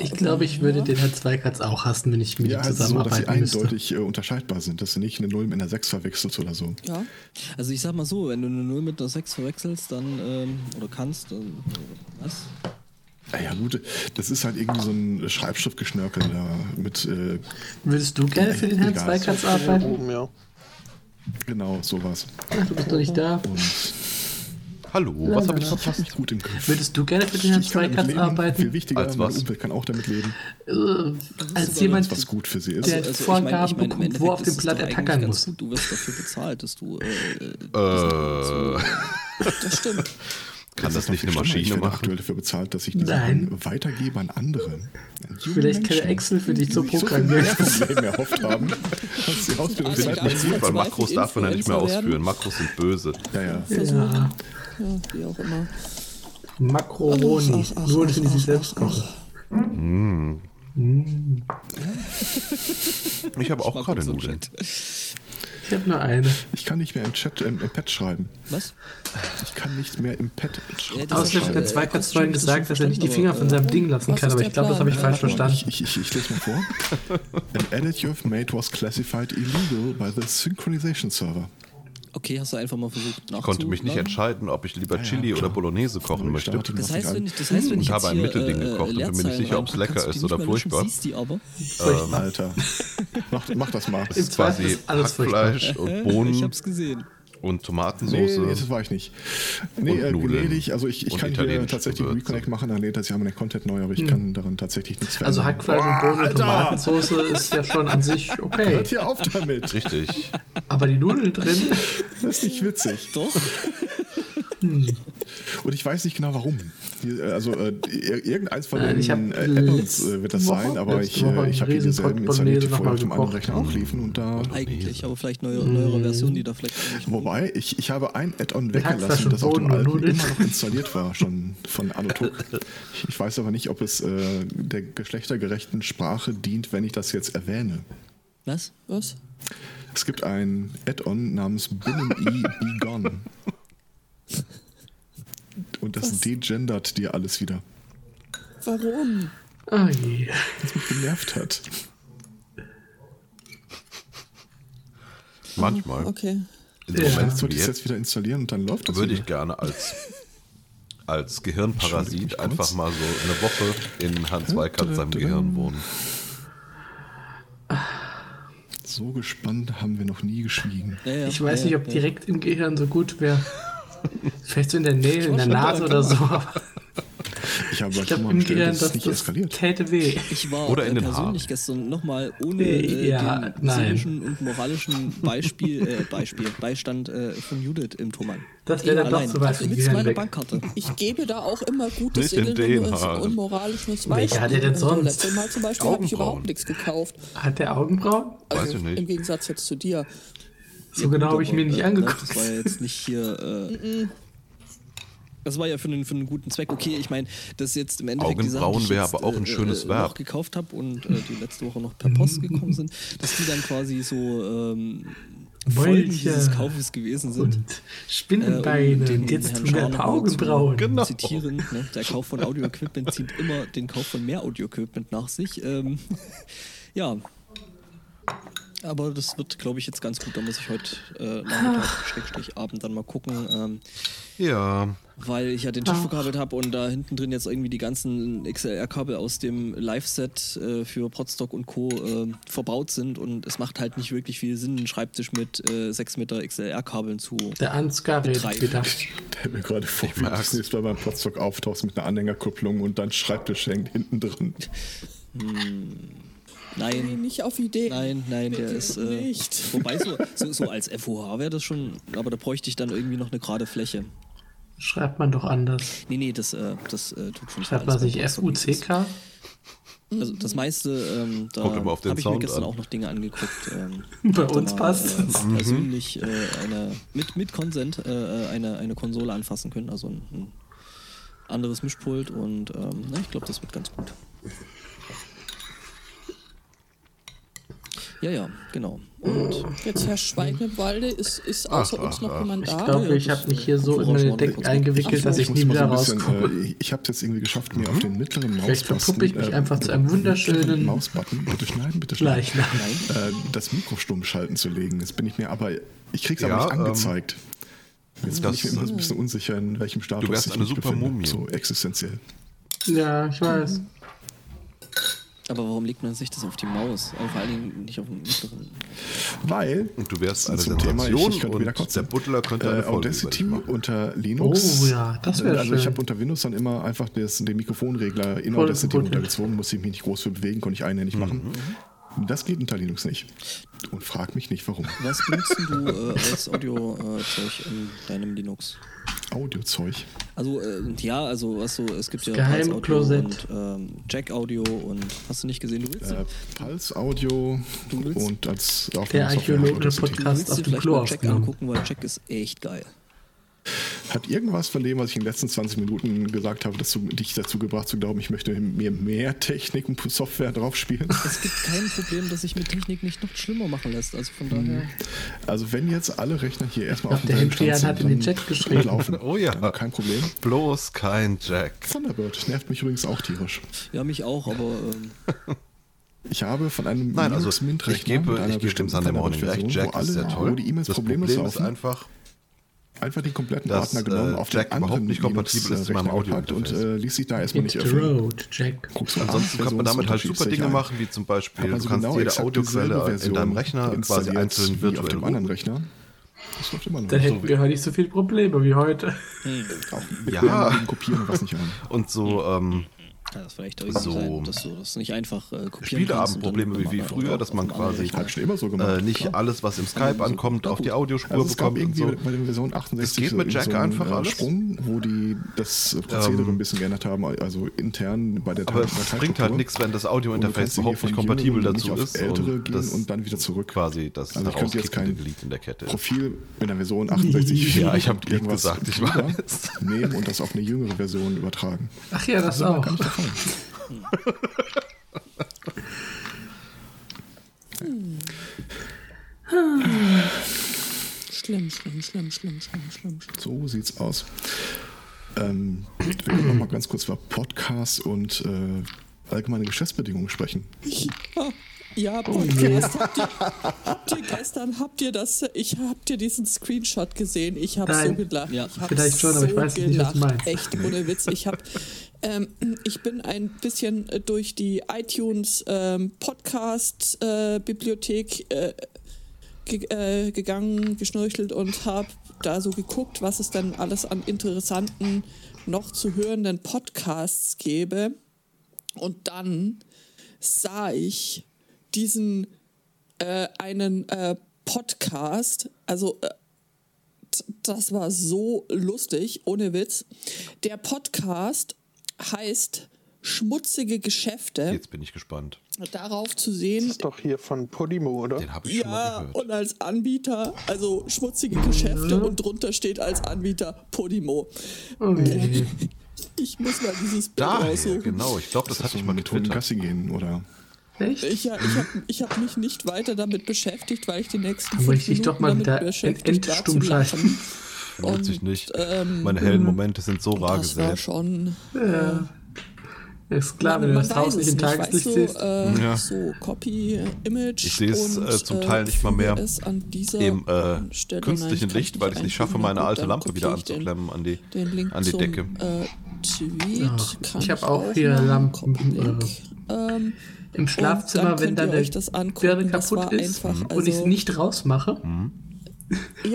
Speaker 2: Ich glaube, ich würde den Herrn Zweikatz auch hassen, wenn ich mit
Speaker 3: Ja,
Speaker 2: ihm
Speaker 3: halt so, dass sie
Speaker 2: zusammenarbeiten müsste.
Speaker 3: eindeutig äh, unterscheidbar sind, dass du nicht eine 0 mit einer 6 verwechselst oder so.
Speaker 5: Ja.
Speaker 4: Also ich sag mal so, wenn du eine 0 mit einer 6 verwechselst, dann, ähm, oder kannst, dann, äh, was?
Speaker 3: Naja, gut, das ist halt irgendwie so ein Schreibschriftgeschnörkel da mit, äh,
Speaker 2: Würdest du gerne für den Herrn
Speaker 3: Egal.
Speaker 2: Zweikatz
Speaker 6: Hier
Speaker 2: arbeiten?
Speaker 6: oben, ja.
Speaker 3: genau, sowas.
Speaker 2: Ach, du bist doch nicht da.
Speaker 1: Hallo, was habe ich
Speaker 3: Ich hab
Speaker 1: verpasst?
Speaker 3: mich gut im Griff.
Speaker 2: Würdest du gerne für den Herrn
Speaker 3: Ich kann damit
Speaker 2: Zweikatz
Speaker 3: leben, Viel
Speaker 2: arbeiten?
Speaker 3: wichtiger,
Speaker 1: Als
Speaker 3: mein
Speaker 1: was?
Speaker 3: Umfeld kann auch damit leben,
Speaker 2: Äh, als
Speaker 4: sogar
Speaker 2: jemand,
Speaker 3: dass was Also, gut für sie ist.
Speaker 2: Der hat
Speaker 5: Also
Speaker 2: Vorgaben
Speaker 4: im
Speaker 2: bekommt, wo
Speaker 4: Endeffekt
Speaker 2: auf dem
Speaker 4: ist es
Speaker 2: Blatt
Speaker 4: doch
Speaker 2: er
Speaker 4: eigentlich
Speaker 2: tackern
Speaker 4: ganz
Speaker 2: muss.
Speaker 4: Gut, du wirst dafür bezahlt, dass du. Äh,
Speaker 5: Das stimmt.
Speaker 1: Kann das
Speaker 3: noch
Speaker 1: nicht
Speaker 3: viel
Speaker 1: eine
Speaker 3: schlimmer. ich
Speaker 1: Maschine
Speaker 3: werde
Speaker 1: machen?
Speaker 3: aktuell dafür bezahlt, dass ich diesen
Speaker 2: Nein.
Speaker 3: Mann weitergebe an andere. An junge
Speaker 2: vielleicht kann
Speaker 3: Menschen,
Speaker 2: er Excel für dich so
Speaker 3: die sich so viel
Speaker 2: programmieren.
Speaker 3: mehr vom Leben erhofft haben, als die Ausbildung
Speaker 5: Alle
Speaker 1: Finde ich
Speaker 5: ganz
Speaker 1: halt nicht gut, weil
Speaker 5: verzweifelt
Speaker 1: Makros darf man ja nicht mehr
Speaker 5: Influencer
Speaker 1: ausführen.
Speaker 5: werden.
Speaker 1: Makros sind böse.
Speaker 3: Ja, ja.
Speaker 5: Versuchen. Ja. wie auch immer.
Speaker 2: Makroni.
Speaker 5: Ach, ach, ach,
Speaker 2: Nur wenn ich
Speaker 5: ach,
Speaker 2: sie
Speaker 5: ach,
Speaker 2: selbst
Speaker 5: ach,
Speaker 2: koche.
Speaker 1: Ich habe auch
Speaker 4: mal
Speaker 1: gerade
Speaker 4: kurz im
Speaker 1: Nudeln.
Speaker 2: Ich habe nur eine.
Speaker 3: Ich kann nicht mehr im Chat, ähm, im Pad schreiben.
Speaker 4: Was?
Speaker 3: Ich kann nicht mehr im Pad
Speaker 4: Ja,
Speaker 3: schreiben.
Speaker 4: das ist
Speaker 2: Außerdem hat
Speaker 4: schon-
Speaker 2: der Zweikatz
Speaker 4: äh,
Speaker 2: vorhin
Speaker 4: das ist schon
Speaker 2: gesagt, dass er nicht die
Speaker 4: verstanden,
Speaker 2: Finger von seinem Ding lassen
Speaker 5: was
Speaker 2: kann,
Speaker 5: ist
Speaker 2: aber
Speaker 5: der
Speaker 2: ich glaube, das habe ich
Speaker 5: Plan?
Speaker 2: falsch verstanden.
Speaker 3: Ich, ich, ich, ich lese mal vor. An edit you've made was classified illegal by the synchronization server.
Speaker 4: Okay, hast du einfach mal versucht
Speaker 1: Ich konnte mich nicht
Speaker 4: nachzuladen?
Speaker 1: entscheiden, ob ich lieber Chili oder Bolognese kochen möchte.
Speaker 3: Startet
Speaker 4: Das
Speaker 3: noch
Speaker 4: heißt,
Speaker 3: nicht
Speaker 4: wenn
Speaker 3: an.
Speaker 4: ich, das heißt, wenn
Speaker 1: Und
Speaker 4: ich jetzt
Speaker 1: habe ein
Speaker 4: hier,
Speaker 1: Mittelding
Speaker 4: äh,
Speaker 1: gekocht und bin mir nicht
Speaker 4: Leerzeilen
Speaker 1: sicher, ob es
Speaker 4: reinpacke,
Speaker 1: lecker
Speaker 4: kannst du die
Speaker 1: ist oder
Speaker 4: nicht mehr löschen,
Speaker 1: furchtbar.
Speaker 4: Siehst die aber.
Speaker 3: Alter. Mach, mach das mal.
Speaker 1: Es ist
Speaker 2: Zweifel
Speaker 1: quasi
Speaker 2: ist alles
Speaker 1: Hackfleisch und
Speaker 4: Ich
Speaker 1: Bohnen
Speaker 4: hab's gesehen.
Speaker 1: und
Speaker 3: Nee, nee,
Speaker 1: Tomatensoße.
Speaker 3: das war ich nicht. Nee,
Speaker 1: Und
Speaker 3: äh,
Speaker 1: Nudeln.
Speaker 3: gnädig. Also ich, ich
Speaker 1: Und Hm.
Speaker 3: kann hier
Speaker 1: italienische
Speaker 3: tatsächlich einen
Speaker 1: Gewürze.
Speaker 3: Reconnect machen, dann lädt das ja mein Content neu, aber ich kann daran tatsächlich nichts
Speaker 2: Also
Speaker 3: verändern.
Speaker 2: Hackfleisch und Bohnen und Tomatensoße ist ja schon an sich okay.
Speaker 3: Hört hier auf damit.
Speaker 1: Richtig.
Speaker 2: Aber die Nudeln drin,
Speaker 3: Das ist nicht witzig.
Speaker 4: Doch.
Speaker 3: Hm. Und ich weiß nicht genau warum. Die, äh, Also äh, ir- irgendeins von
Speaker 2: Nein,
Speaker 3: den
Speaker 2: ich hab
Speaker 3: äh, Apples
Speaker 2: letzte
Speaker 3: äh, wird das
Speaker 2: Woche-
Speaker 3: sein, aber ich,
Speaker 2: letzte Woche
Speaker 3: äh, ich habe
Speaker 2: einen
Speaker 3: hier dieselben
Speaker 2: Riesen-Pot
Speaker 3: installiert, die
Speaker 2: Bolognese
Speaker 3: vorher auf dem
Speaker 2: nochmal
Speaker 3: anderen Rechner auch liefen. Und da,
Speaker 4: Eigentlich, aber vielleicht neue,
Speaker 2: Mm.
Speaker 4: neuere Version, die da vielleicht. eigentlich-
Speaker 3: wobei, ich, ich habe ein Add-on
Speaker 2: Hackfleisch
Speaker 3: weggelassen,
Speaker 2: und
Speaker 3: das auf dem
Speaker 2: Bohnen und
Speaker 3: alten
Speaker 2: Nudeln.
Speaker 3: immer noch installiert war, schon von Anotok. Ich- Ich weiß aber nicht, ob es äh, der geschlechtergerechten Sprache dient, wenn ich das jetzt erwähne.
Speaker 4: Was?
Speaker 5: Was?
Speaker 3: Es gibt ein Add-on namens Binnen E Be Gone. Und das
Speaker 5: Was?
Speaker 3: degendert dir alles wieder,
Speaker 5: Warum?
Speaker 2: Oh je.
Speaker 3: was mich genervt hat.
Speaker 1: Manchmal.
Speaker 5: Okay.
Speaker 1: Insofern
Speaker 2: Ja.
Speaker 3: Das sollte ich
Speaker 1: jetzt
Speaker 3: jetzt wieder installieren und dann läuft das
Speaker 1: würde ich
Speaker 3: wieder.
Speaker 1: gerne als, als
Speaker 3: Entschuldigung,
Speaker 1: Gehirnparasit
Speaker 3: kurz.
Speaker 1: einfach mal so eine Woche in Hans Weikert seinem Gehirn wohnen.
Speaker 3: So gespannt haben wir noch nie geschwiegen.
Speaker 4: Ja, ja,
Speaker 2: Ich weiß
Speaker 4: ja,
Speaker 2: nicht,
Speaker 4: ja,
Speaker 2: ob
Speaker 4: ja.
Speaker 2: direkt im Gehirn so gut wäre. Vielleicht so in der Nähe, in der
Speaker 4: schon
Speaker 2: Nase oder so.
Speaker 3: Ich habe
Speaker 2: Ich
Speaker 3: schon
Speaker 2: glaube,
Speaker 3: mal
Speaker 2: im
Speaker 3: bestellt,
Speaker 2: Gehirn,
Speaker 3: dass es
Speaker 2: das,
Speaker 3: nicht
Speaker 2: das
Speaker 3: eskaliert.
Speaker 2: täte weh.
Speaker 4: Ich war
Speaker 1: Oder in
Speaker 4: äh,
Speaker 1: den
Speaker 4: persönlich
Speaker 1: Haaren.
Speaker 4: gestern nochmal ohne
Speaker 2: Äh,
Speaker 4: äh,
Speaker 2: ja,
Speaker 4: den
Speaker 2: nein.
Speaker 4: seelischen und moralischen Beispiel, äh, Beispiel Beistand äh, von Judith im Thomann.
Speaker 2: Das wäre dann doch
Speaker 4: Allein.
Speaker 2: zu weit
Speaker 4: Also
Speaker 2: vom
Speaker 4: mit
Speaker 2: Gehirn
Speaker 4: meiner
Speaker 2: weg.
Speaker 4: Bankkarte.
Speaker 5: Ich gebe da auch immer gutes
Speaker 1: Nicht in den
Speaker 5: innenliches
Speaker 1: Haaren.
Speaker 5: und moralisches Beispiel.
Speaker 2: Welcher hat er denn
Speaker 5: Also
Speaker 2: sonst?
Speaker 5: Letztes Mal zum Beispiel habe ich
Speaker 1: Augenbrauen.
Speaker 5: überhaupt nichts gekauft.
Speaker 2: Hat der Augenbrauen?
Speaker 1: Weiß
Speaker 5: Also
Speaker 1: ich nicht.
Speaker 5: Im Gegensatz jetzt zu dir.
Speaker 2: So genau habe ich mir
Speaker 4: Aber,
Speaker 2: nicht
Speaker 4: äh,
Speaker 2: angeguckt.
Speaker 4: Das war ja jetzt nicht hier. Äh, das war ja für einen, für einen guten Zweck. Okay, ich meine, das jetzt im Endeffekt die Sachen,
Speaker 1: Augenbrauen
Speaker 4: die ich
Speaker 1: wäre
Speaker 4: jetzt,
Speaker 1: aber auch ein
Speaker 4: äh,
Speaker 1: schönes
Speaker 4: äh,
Speaker 1: Verb.
Speaker 4: Noch gekauft habe und äh, die letzte Woche noch
Speaker 2: Mhm.
Speaker 4: per Post gekommen sind, dass die dann quasi so ähm, Folgen
Speaker 2: Molche
Speaker 4: dieses Kaufes gewesen sind.
Speaker 2: Und Spinnenbeine.
Speaker 4: den
Speaker 2: und Äh, um jetzt
Speaker 4: Herrn
Speaker 2: tun wir ein
Speaker 4: Scharnauer
Speaker 2: paar
Speaker 4: zu
Speaker 2: Augenbrauen.
Speaker 1: Genau.
Speaker 4: Zitieren, ne? der Kauf von Audio-Equipment zieht immer den Kauf von mehr Audio-Equipment nach sich. Ähm, ja. Aber das wird, glaube ich, jetzt ganz gut. Da muss ich heute äh,
Speaker 2: Ah.
Speaker 4: Nachmittag, Schrägstrich, Abend dann mal gucken, ähm,
Speaker 1: Ja,
Speaker 4: weil ich ja den
Speaker 2: Ah.
Speaker 4: Tisch verkabelt habe und da hinten drin jetzt irgendwie die ganzen XLR-Kabel aus dem Live-Set äh, für Podstock und Co. Äh, verbaut sind und es macht halt nicht wirklich viel Sinn, einen Schreibtisch mit äh, 6 Meter XLR-Kabeln zu.
Speaker 2: Der Ansgar redet
Speaker 4: Drei.
Speaker 2: wieder.
Speaker 3: Der hat mir gerade vor, wie du das nächste Mal beim Potstock auftauchst mit einer Anhängerkupplung und dann Schreibtisch hängt hinten dran.
Speaker 5: Nee,
Speaker 4: Nein,
Speaker 5: nicht auf Ideen.
Speaker 4: Nein, nein, der ist. Äh,
Speaker 5: nicht.
Speaker 4: Wobei, so, so, so als FOH wäre das schon, aber da bräuchte ich dann irgendwie noch eine gerade Fläche.
Speaker 2: Schreibt man doch anders.
Speaker 4: Nee, nee, das, äh, das äh, tut schon
Speaker 2: Schreibt man
Speaker 4: alles
Speaker 2: sich
Speaker 4: ganz gut.
Speaker 2: F-U-C-K?
Speaker 4: Also das meiste, ähm, da
Speaker 1: Kommt immer
Speaker 4: habe
Speaker 1: auf den
Speaker 4: ich mir
Speaker 1: Sound
Speaker 4: gestern
Speaker 1: an.
Speaker 4: auch noch Dinge angeguckt. Ähm,
Speaker 2: Bei
Speaker 4: da
Speaker 2: uns
Speaker 4: mal,
Speaker 2: passt
Speaker 4: äh,
Speaker 2: es. Mhm.
Speaker 4: Persönlich äh, eine, mit, mit Consent äh, eine, eine Konsole anfassen können, also ein, ein anderes Mischpult und ähm, na, ich glaube, das wird ganz gut. Ja, ja, genau. Und
Speaker 5: Jetzt Herr Schweigen im Walde, ist, ist außer
Speaker 1: ach,
Speaker 5: uns noch
Speaker 1: ach.
Speaker 5: jemand
Speaker 2: Ich
Speaker 5: da?
Speaker 2: glaube,
Speaker 4: ja,
Speaker 2: ich
Speaker 4: das,
Speaker 2: habe mich
Speaker 4: äh,
Speaker 2: hier so in meine
Speaker 4: vorausschauend
Speaker 2: Decken
Speaker 4: kurz-
Speaker 2: eingewickelt, dass
Speaker 5: Ach so,
Speaker 2: ich
Speaker 3: muss
Speaker 2: nie
Speaker 3: mal
Speaker 2: wieder
Speaker 3: so ein bisschen,
Speaker 2: rauskomme.
Speaker 3: Äh, ich habe es jetzt irgendwie geschafft, mir auf den mittleren äh, Maus
Speaker 2: Mhm. Vielleicht verpuppe ich mich einfach zu einem wunderschönen-
Speaker 3: Mausbutton. Bitte schneiden, bitte schneiden.
Speaker 2: Gleich nach.
Speaker 3: Äh, das Mikro stumm schalten zu legen. Jetzt bin ich mir aber, ich krieg's aber
Speaker 1: Ja,
Speaker 3: nicht
Speaker 1: ähm,
Speaker 3: angezeigt. Jetzt bin
Speaker 1: das-
Speaker 3: ich mir immer so ein bisschen unsicher, in welchem Status
Speaker 1: Du wärst
Speaker 3: ich
Speaker 1: eine
Speaker 3: mich
Speaker 1: super
Speaker 3: befinde.
Speaker 1: Mumie.
Speaker 3: So existenziell.
Speaker 2: Ja, ich weiß.
Speaker 4: Aber warum legt man sich das auf die Maus? Äh, Vor allen Dingen nicht auf den mittleren.
Speaker 3: Weil
Speaker 1: und du wärst
Speaker 3: zum
Speaker 1: eine
Speaker 3: Thema, ich,
Speaker 1: Sensation
Speaker 3: ich könnte wieder
Speaker 1: und der
Speaker 3: kotzen.
Speaker 1: Butler könnte eine
Speaker 3: Äh,
Speaker 1: Folge ne?
Speaker 3: Audacity
Speaker 1: über dich machen.
Speaker 3: unter Linux.
Speaker 2: Oh ja, das wär
Speaker 3: Also ich
Speaker 2: schön.
Speaker 3: habe unter Windows dann immer einfach das, den Mikrofonregler in
Speaker 2: Voll
Speaker 3: Audacity
Speaker 2: gut.
Speaker 3: runtergezogen, musste ich mich nicht groß für bewegen, konnte ich einhändig machen.
Speaker 1: Mhm,
Speaker 3: Das geht unter Linux nicht. Und frag mich nicht, warum.
Speaker 4: Was benutzt du äh, als Audio-Zeug in deinem Linux?
Speaker 3: Audiozeug.
Speaker 4: Also, äh, ja, also, was so, es gibt ja
Speaker 2: Geheim
Speaker 4: Pulse Audio
Speaker 2: Closet.
Speaker 4: und ähm, Jack Audio und hast du nicht gesehen, du willst,
Speaker 3: Äh, Pulse Audio und als
Speaker 2: Der
Speaker 3: Aufnahmesoftware hat
Speaker 2: archäologische
Speaker 3: Audacity.
Speaker 4: du
Speaker 2: Podcast
Speaker 4: willst
Speaker 2: auf
Speaker 4: dir
Speaker 2: dem
Speaker 4: vielleicht
Speaker 2: Klo
Speaker 4: mal Jack
Speaker 2: aufgenommen.
Speaker 4: angucken, weil Jack ist echt geil.
Speaker 3: Hat irgendwas von dem, was ich in den letzten 20 Minuten gesagt habe, dazu, dich dazu gebracht zu glauben, ich möchte mir mehr Technik und Software drauf spielen?
Speaker 4: Es gibt kein Problem, das sich mit Technik nicht noch schlimmer machen lässt. Also von daher.
Speaker 2: Mhm.
Speaker 3: Also wenn jetzt alle Rechner hier erstmal
Speaker 2: Ich glaub, der
Speaker 3: selben
Speaker 2: Hendrian
Speaker 3: Stand
Speaker 2: hat in den
Speaker 3: dann
Speaker 2: Chat geschrieben.
Speaker 3: Laufen.
Speaker 1: Oh ja.
Speaker 3: Dann kein Problem.
Speaker 1: Bloß kein Jack.
Speaker 3: Thunderbird nervt mich übrigens auch tierisch.
Speaker 4: Ja, mich auch, aber ähm,
Speaker 3: Ich habe von einem
Speaker 1: Nein, also
Speaker 3: Linux Mint
Speaker 1: ich
Speaker 3: Rechner
Speaker 1: gebe,
Speaker 3: mit einer
Speaker 1: ich gebe dem
Speaker 3: bestimmten
Speaker 1: Sunday Morning recht.
Speaker 3: Thunderbird-Version,
Speaker 1: Jack
Speaker 3: wo
Speaker 1: ist sehr
Speaker 3: alle-
Speaker 1: toll.
Speaker 3: Wo die E-Mails
Speaker 1: das
Speaker 3: problemlos
Speaker 1: Problem ist
Speaker 3: laufen, Ah,
Speaker 1: einfach,
Speaker 3: einfach den kompletten
Speaker 1: dass,
Speaker 3: Ordner genommen,
Speaker 1: äh,
Speaker 3: auf
Speaker 1: Jack
Speaker 3: den anderen
Speaker 1: überhaupt nicht kompatibel
Speaker 3: Linux,
Speaker 1: ist
Speaker 3: äh,
Speaker 1: mit meinem
Speaker 3: Rechner gepackt und
Speaker 1: Audio-Interface.
Speaker 3: äh, ließ sich da erstmal
Speaker 2: Hit
Speaker 3: nicht
Speaker 2: the
Speaker 3: öffnen.
Speaker 2: road, Jack.
Speaker 3: Guckst du
Speaker 1: Ansonsten
Speaker 3: abends,
Speaker 1: kann man damit halt
Speaker 3: Versionsunterschied
Speaker 1: super
Speaker 3: ist
Speaker 1: Dinge
Speaker 3: egal.
Speaker 1: machen, wie zum Beispiel,
Speaker 3: Hat man
Speaker 1: du
Speaker 3: so
Speaker 1: kannst
Speaker 3: genau
Speaker 1: jede
Speaker 3: exakt dieselbe
Speaker 1: Audioquelle in
Speaker 3: Version
Speaker 1: deinem Rechner quasi
Speaker 3: installiert
Speaker 1: einzeln
Speaker 3: wie auf
Speaker 1: virtuell
Speaker 3: dem anderen Rechner. Das läuft immer noch.
Speaker 2: Dann hätten wir heute nicht so viele Probleme wie heute.
Speaker 3: Auch mit
Speaker 1: Ja.
Speaker 3: ja. Kopieren und was nicht an.
Speaker 1: Und so, ähm,
Speaker 4: Ja, das war echt irgendwie
Speaker 1: So.
Speaker 4: sein, dass du das nicht einfach äh, kopieren kannst. und dann
Speaker 1: Spieleabendprobleme wie, wie
Speaker 4: nochmal
Speaker 1: früher,
Speaker 4: auf-
Speaker 1: dass
Speaker 4: auf
Speaker 1: man
Speaker 4: eine andere
Speaker 1: quasi
Speaker 4: Richtung-
Speaker 3: Hab ich schon immer so gemacht,
Speaker 1: äh, nicht
Speaker 3: klar.
Speaker 1: alles, was im Skype ankommt, auf die Audiospur
Speaker 3: Also es gab
Speaker 1: bekommt und
Speaker 3: irgendwie
Speaker 1: so.
Speaker 3: bei der Version 68
Speaker 1: Es geht mit
Speaker 3: so-
Speaker 1: Jack
Speaker 3: so einen,
Speaker 1: einfach
Speaker 3: äh,
Speaker 1: alles.
Speaker 3: Sprung, wo die das Prozedere
Speaker 1: Ähm,
Speaker 3: ein bisschen geändert haben, also intern bei der
Speaker 1: Aber es bringt halt
Speaker 3: Dateistruktur.
Speaker 1: nichts, wenn das
Speaker 3: Und du
Speaker 1: Audiointerface
Speaker 3: kannst irgendwie
Speaker 1: überhaupt
Speaker 3: von
Speaker 1: nicht kompatibel
Speaker 3: jüngeren
Speaker 1: dazu
Speaker 3: nicht auf
Speaker 1: ist.
Speaker 3: Ältere
Speaker 1: Und
Speaker 3: gehen
Speaker 1: das
Speaker 3: und dann wieder zurück.
Speaker 1: quasi das
Speaker 3: Also ich könnte jetzt
Speaker 1: herauskickende
Speaker 3: kein
Speaker 1: Glied in der Kette.
Speaker 3: Profil in der Version 68
Speaker 1: Ja, ich hab Glied
Speaker 3: irgendwas
Speaker 1: gesagt, ich
Speaker 3: drüber
Speaker 1: weiß.
Speaker 3: nehmen und das auf eine jüngere Version übertragen.
Speaker 2: Ach ja, das auch.
Speaker 5: Schlimm, schlimm, schlimm, schlimm, schlimm, schlimm. schlimm.
Speaker 3: So sieht's aus. Ähm, wir können noch mal ganz kurz über Podcasts und äh, allgemeine Geschäftsbedingungen sprechen.
Speaker 5: Ja, ja Podcast. habt, ihr, habt ihr gestern, habt ihr das, ich habt ihr diesen Screenshot gesehen? Ich habe so
Speaker 2: Nein.
Speaker 5: gelacht.
Speaker 4: Ja,
Speaker 5: ich hab
Speaker 2: vielleicht schon, aber ich weiß nicht, was du meinst.
Speaker 5: Echt, ohne Witz. Ich, hab, ähm, ich bin ein bisschen äh, durch die iTunes ähm, Podcast-Bibliothek äh, ge äh, gegangen, geschnorchelt und habe da so geguckt, was es denn alles an interessanten, noch zu hörenden Podcasts gäbe. Und dann sah ich diesen äh, einen äh, Podcast, also äh, d- das war so lustig, ohne Witz. Der Podcast heißt Schmutzige Geschäfte.
Speaker 1: Jetzt bin ich gespannt.
Speaker 5: Darauf zu sehen,
Speaker 6: Das ist doch hier von Podimo, oder?
Speaker 1: Den habe ich schon mal
Speaker 5: ja,
Speaker 1: gehört. Mhm.
Speaker 5: und als Anbieter, also schmutzige Geschäfte und drunter steht als Anbieter Podimo.
Speaker 2: Okay.
Speaker 5: Ich muss mal dieses Bild
Speaker 1: Daher,
Speaker 5: raussuchen.
Speaker 1: genau. Ich glaube, das, hatte ich mal
Speaker 3: mit Hunden
Speaker 1: getwittert.
Speaker 3: Gassi gehen oder
Speaker 2: Echt?
Speaker 5: Ich, ja, ich habe ich hab mich nicht weiter damit beschäftigt, weil ich die nächsten
Speaker 2: Dann
Speaker 5: fünf
Speaker 2: möchte ich
Speaker 5: Minuten
Speaker 2: doch mal
Speaker 5: damit
Speaker 2: wieder
Speaker 5: beschäftigt war zu
Speaker 2: endstumm
Speaker 5: lachen.
Speaker 2: schalten.
Speaker 1: Lohnt sich
Speaker 5: Und,
Speaker 1: nicht.
Speaker 5: ähm,
Speaker 1: Meine hellen Momente sind so rar
Speaker 5: Das war
Speaker 1: gesät.
Speaker 5: schon...
Speaker 2: Ja. Ist klar,
Speaker 5: man-
Speaker 2: wenn du
Speaker 5: man
Speaker 2: das Haus
Speaker 5: weiß
Speaker 2: nicht
Speaker 5: es
Speaker 2: im Tageslicht
Speaker 5: weißt du,
Speaker 2: siehst.
Speaker 5: Äh,
Speaker 1: Hm, Ja.
Speaker 5: So, Copy, äh, Image
Speaker 1: Ich sehe es,
Speaker 5: und,
Speaker 1: äh, zum Teil nicht mal
Speaker 5: füge
Speaker 1: mehr
Speaker 5: es an dieser
Speaker 1: Im äh,
Speaker 5: Stelle.
Speaker 1: künstlichen
Speaker 5: Nein,
Speaker 1: Licht, weil ich es nicht schaffe,
Speaker 5: einfügen.
Speaker 1: meine
Speaker 5: Na gut,
Speaker 1: alte
Speaker 5: dann
Speaker 1: Lampe wieder
Speaker 5: kopiere ich den-
Speaker 1: anzuklemmen an die,
Speaker 5: Den Link
Speaker 1: an die
Speaker 5: zum,
Speaker 1: Decke.
Speaker 5: Äh, Tweet
Speaker 2: Ach,
Speaker 5: kann
Speaker 2: ich hab
Speaker 5: ich
Speaker 2: auch hier
Speaker 5: machen.
Speaker 2: Lampen,
Speaker 5: Copy-Link. Ähm,
Speaker 2: Im Schlafzimmer,
Speaker 5: dann
Speaker 2: wenn
Speaker 5: könnt
Speaker 2: dann
Speaker 5: ihr
Speaker 2: eine
Speaker 5: euch das angucken,
Speaker 2: Birne
Speaker 5: das
Speaker 2: kaputt
Speaker 5: war
Speaker 2: ist
Speaker 5: einfach,
Speaker 2: und ich es
Speaker 5: also-
Speaker 2: nicht rausmache,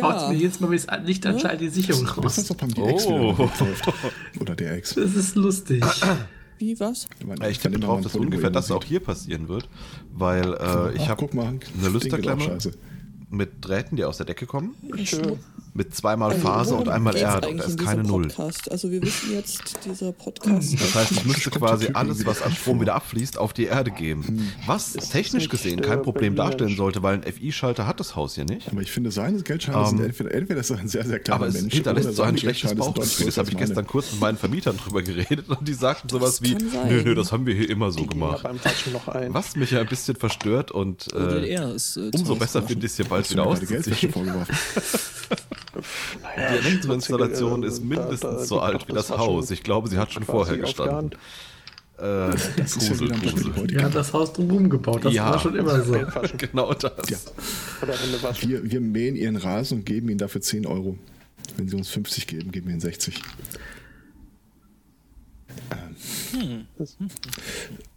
Speaker 2: haut es
Speaker 5: ja,
Speaker 2: mir jedes Mal, wenn ich das Licht anschalte, die Sicherung
Speaker 3: Das ist
Speaker 2: raus.
Speaker 3: doch beim DX wieder
Speaker 1: Oh.
Speaker 3: läuft. Oder der Ex.
Speaker 2: Das ist lustig.
Speaker 5: wie was?
Speaker 3: Wenn-
Speaker 1: Ja, ich tippe
Speaker 3: wenn man
Speaker 1: drauf,
Speaker 3: ein
Speaker 1: dass
Speaker 3: Foto
Speaker 1: ungefähr
Speaker 3: irgendwo
Speaker 1: das
Speaker 3: sieht.
Speaker 1: auch hier passieren wird, weil äh, ich
Speaker 3: Ach,
Speaker 1: habe
Speaker 3: guck mal,
Speaker 1: eine Lüsterklamme mit Drähten, die aus der Decke kommen,
Speaker 5: Schmuck-
Speaker 1: mit zweimal
Speaker 5: Also,
Speaker 1: Phase und
Speaker 5: worum
Speaker 1: einmal
Speaker 5: geht's
Speaker 1: Erde und
Speaker 5: eigentlich
Speaker 1: da ist
Speaker 5: in
Speaker 1: keine
Speaker 5: diesem
Speaker 1: Null.
Speaker 5: Podcast? Also wir wissen jetzt, dieser Podcast
Speaker 1: Das heißt, ich müsste
Speaker 3: Versteckte
Speaker 1: quasi
Speaker 3: Typen,
Speaker 1: alles,
Speaker 3: die
Speaker 1: was
Speaker 3: das
Speaker 1: an Strom
Speaker 3: machen.
Speaker 1: wieder abfließt, auf die Erde geben. Was technisch
Speaker 6: nicht
Speaker 1: gesehen kein
Speaker 6: der
Speaker 1: Problem
Speaker 6: Berliner
Speaker 1: darstellen
Speaker 6: Mensch?
Speaker 1: sollte, weil ein FI-Schalter hat das Haus hier nicht.
Speaker 3: Aber ich finde, seine Geldscheine sind entweder, entweder ist er ein sehr, sehr kleiner
Speaker 1: Ähm, Aber es
Speaker 3: Mensch.
Speaker 1: hinterlässt
Speaker 3: oder
Speaker 1: so ein
Speaker 3: seine
Speaker 1: schlechtes
Speaker 3: Geldscheine sind
Speaker 1: Bauchgefühl. Das
Speaker 3: deutlich
Speaker 1: habe ich
Speaker 3: größer als
Speaker 1: gestern kurz mit meinen Vermietern drüber geredet und die sagten sowas wie,
Speaker 5: kann sein.
Speaker 1: nö, nö, das haben wir hier immer so
Speaker 6: Die gehen
Speaker 1: gemacht.
Speaker 6: aber einfach schon noch ein.
Speaker 1: Was mich ja ein bisschen verstört und
Speaker 4: Oder
Speaker 1: äh,
Speaker 4: er ist, äh, zu
Speaker 1: umso
Speaker 4: Hause
Speaker 1: besser
Speaker 4: gewaschen.
Speaker 1: finde ich es hier
Speaker 3: meine.
Speaker 1: bald
Speaker 3: Hast du mir
Speaker 1: wieder
Speaker 3: gerade Geldwäsche
Speaker 1: auszuziehen.
Speaker 3: vorgeworfen?
Speaker 6: Naja,
Speaker 1: Die Elektroinstallation
Speaker 6: schmutzige,
Speaker 1: ist
Speaker 6: äh, da- da
Speaker 1: mindestens so
Speaker 6: liegt
Speaker 1: alt
Speaker 6: doch
Speaker 1: wie das
Speaker 6: Waschen
Speaker 1: Haus. Ich glaube, sie hat schon
Speaker 6: quasi
Speaker 1: vorher
Speaker 6: auf der
Speaker 1: gestanden.
Speaker 6: Hand.
Speaker 1: Äh,
Speaker 3: Das ist ja
Speaker 1: Grusel,
Speaker 3: wieder ein Blatt für die
Speaker 1: Grusel.
Speaker 3: heutige
Speaker 2: Wir haben das Haus drumherum gebaut, das
Speaker 1: Ja.
Speaker 2: war schon immer so.
Speaker 6: Geld waschen
Speaker 1: Genau das.
Speaker 3: Ja.
Speaker 6: Oder Hände waschen.
Speaker 3: Wir, wir mähen ihren Rasen und geben ihnen dafür 10 Euro. Wenn sie uns 50 geben, geben wir ihnen 60. Ähm.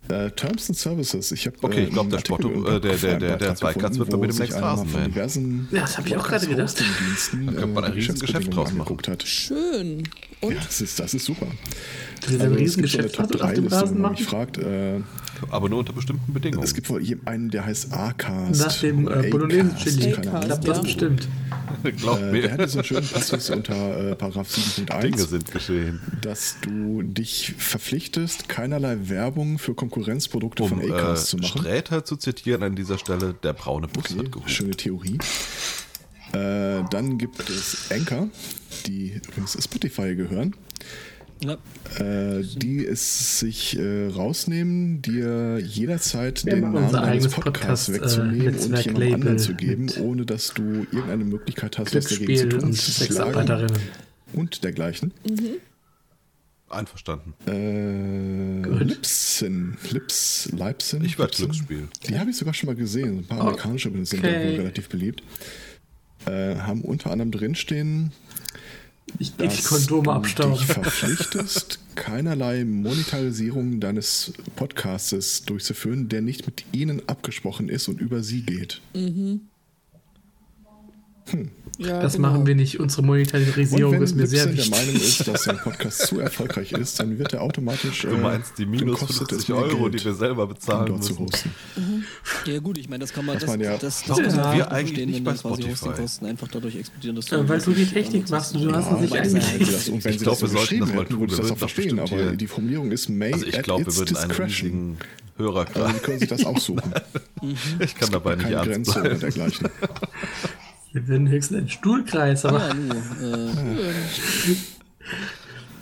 Speaker 3: Äh, Terms and Services. Ich habe
Speaker 1: Okay, ich glaub, der Spotto- äh, der- der- der- der Zweikatz wird doch mit dem Next Rasen mähen.
Speaker 3: diversen
Speaker 2: Ja, das hab ich auch gerade gedacht.
Speaker 3: Da
Speaker 1: könnte man ein Riesengeschäft draus machen.
Speaker 3: Hat.
Speaker 5: schön. Und
Speaker 3: Ja, das ist, das ist super. Also,
Speaker 2: Dass ihr so ein Riesengeschäft habt und auf dem Rasen
Speaker 3: Ich
Speaker 2: machen.
Speaker 3: fragt, äh,
Speaker 1: Aber nur unter bestimmten Bedingungen.
Speaker 3: es gibt wohl je- einen, der heißt A-Cast.
Speaker 2: Nach dem
Speaker 3: oder
Speaker 2: äh, Bolognese-Chili.
Speaker 3: keine Ahnung.
Speaker 2: Klappt
Speaker 5: Ja.
Speaker 2: das bestimmt.
Speaker 1: Glaubt
Speaker 3: Äh, der
Speaker 1: mir,
Speaker 3: hatte so einen schönen Passus unter äh, Paragraph
Speaker 1: Dinge
Speaker 3: 7.1,
Speaker 1: sind geschehen.
Speaker 3: dass du dich verpflichtest, keinerlei Werbung für Konkurrenzprodukte
Speaker 1: Um
Speaker 3: von
Speaker 1: äh,
Speaker 3: Acast zu machen.
Speaker 1: Sträter zu zitieren an dieser Stelle, der braune Bus
Speaker 3: Okay,
Speaker 1: wird geholt.
Speaker 3: schöne Theorie. Äh, dann gibt es Anchor, die übrigens Spotify gehören.
Speaker 4: Ja,
Speaker 3: Äh, die es sich äh, rausnehmen, dir jederzeit
Speaker 2: Wir
Speaker 3: den
Speaker 2: machen
Speaker 3: Namen
Speaker 2: unser
Speaker 3: deines
Speaker 2: eigenes
Speaker 3: Podcasts
Speaker 2: Podcast, äh,
Speaker 3: wegzunehmen und
Speaker 2: Netzwerk
Speaker 3: jemandem anderen
Speaker 2: Label
Speaker 3: zu geben,
Speaker 2: mit
Speaker 3: ohne dass du irgendeine Möglichkeit hast, was dagegen zu
Speaker 2: Glücksspiel
Speaker 3: tun,
Speaker 2: und
Speaker 3: zu schlagen
Speaker 2: Sexarbeiterinnen.
Speaker 3: und dergleichen.
Speaker 1: Einverstanden.
Speaker 3: Äh, Lipsin, Lips, Leipzig.
Speaker 1: Ich werde Glücksspiel.
Speaker 3: Die habe ich sogar schon mal gesehen. Ein paar amerikanische sind
Speaker 2: Oh, Okay.
Speaker 3: da wohl relativ beliebt. Äh, haben unter anderem drinstehen,
Speaker 2: Ich geh die
Speaker 3: dass
Speaker 2: Kondome
Speaker 3: du dich
Speaker 2: abstauben.
Speaker 3: verpflichtest, keinerlei Monetarisierung deines Podcastes durchzuführen, der nicht mit ihnen abgesprochen ist und über sie geht.
Speaker 5: Ja,
Speaker 2: Das
Speaker 5: genau.
Speaker 2: machen wir nicht. Unsere Monetarisierung ist mir sehr
Speaker 3: der
Speaker 2: wichtig.
Speaker 3: Meinung ist, dass sein Podcast zu erfolgreich ist, dann wird er automatisch.
Speaker 1: Du meinst die minus
Speaker 3: Äh, kostet es
Speaker 1: 50
Speaker 3: mehr
Speaker 1: Euro,
Speaker 3: Geld,
Speaker 1: die wir selber
Speaker 3: um
Speaker 1: bezahlen
Speaker 3: dort zu
Speaker 1: müssen.
Speaker 3: hosten.
Speaker 4: Ja gut, ich meine, das kann man,
Speaker 3: Das
Speaker 4: das,
Speaker 3: man
Speaker 4: das,
Speaker 3: ja-
Speaker 4: das, das,
Speaker 1: Warum
Speaker 4: kann
Speaker 1: sind
Speaker 4: man
Speaker 1: wir
Speaker 4: auch
Speaker 1: eigentlich
Speaker 4: verstehen,
Speaker 1: nicht
Speaker 4: wenn
Speaker 1: bei
Speaker 4: dann quasi
Speaker 1: Spotify?
Speaker 4: Hostingkosten einfach dadurch explodieren, dass
Speaker 2: Äh, weil du die Technik machst und du hast es nicht
Speaker 3: Wenn
Speaker 4: Ja,
Speaker 2: eigentlich.
Speaker 3: sie das, und wenn
Speaker 1: Ich
Speaker 3: sie
Speaker 1: glaub,
Speaker 3: das
Speaker 1: wir sollten
Speaker 3: unterschrieben
Speaker 1: das mal
Speaker 3: hätten,
Speaker 1: tun.
Speaker 3: würde ich
Speaker 1: Wir
Speaker 3: das auch
Speaker 1: würden doch
Speaker 3: verstehen,
Speaker 1: bestimmt
Speaker 3: aber
Speaker 1: hier-
Speaker 3: die Formulierung ist May
Speaker 1: Also ich
Speaker 3: at
Speaker 1: glaube, wir
Speaker 3: its
Speaker 1: würden einen
Speaker 3: discretion.
Speaker 1: riesigen Hörer
Speaker 3: Also die können sich das aussuchen.
Speaker 1: Ich kann dabei nicht
Speaker 3: Keine
Speaker 1: ernst
Speaker 3: Grenze oder
Speaker 1: bleiben.
Speaker 3: dergleichen.
Speaker 2: Wir werden höchstens einen Stuhlkreis, aber
Speaker 3: Ah.
Speaker 4: Ja, nu, äh,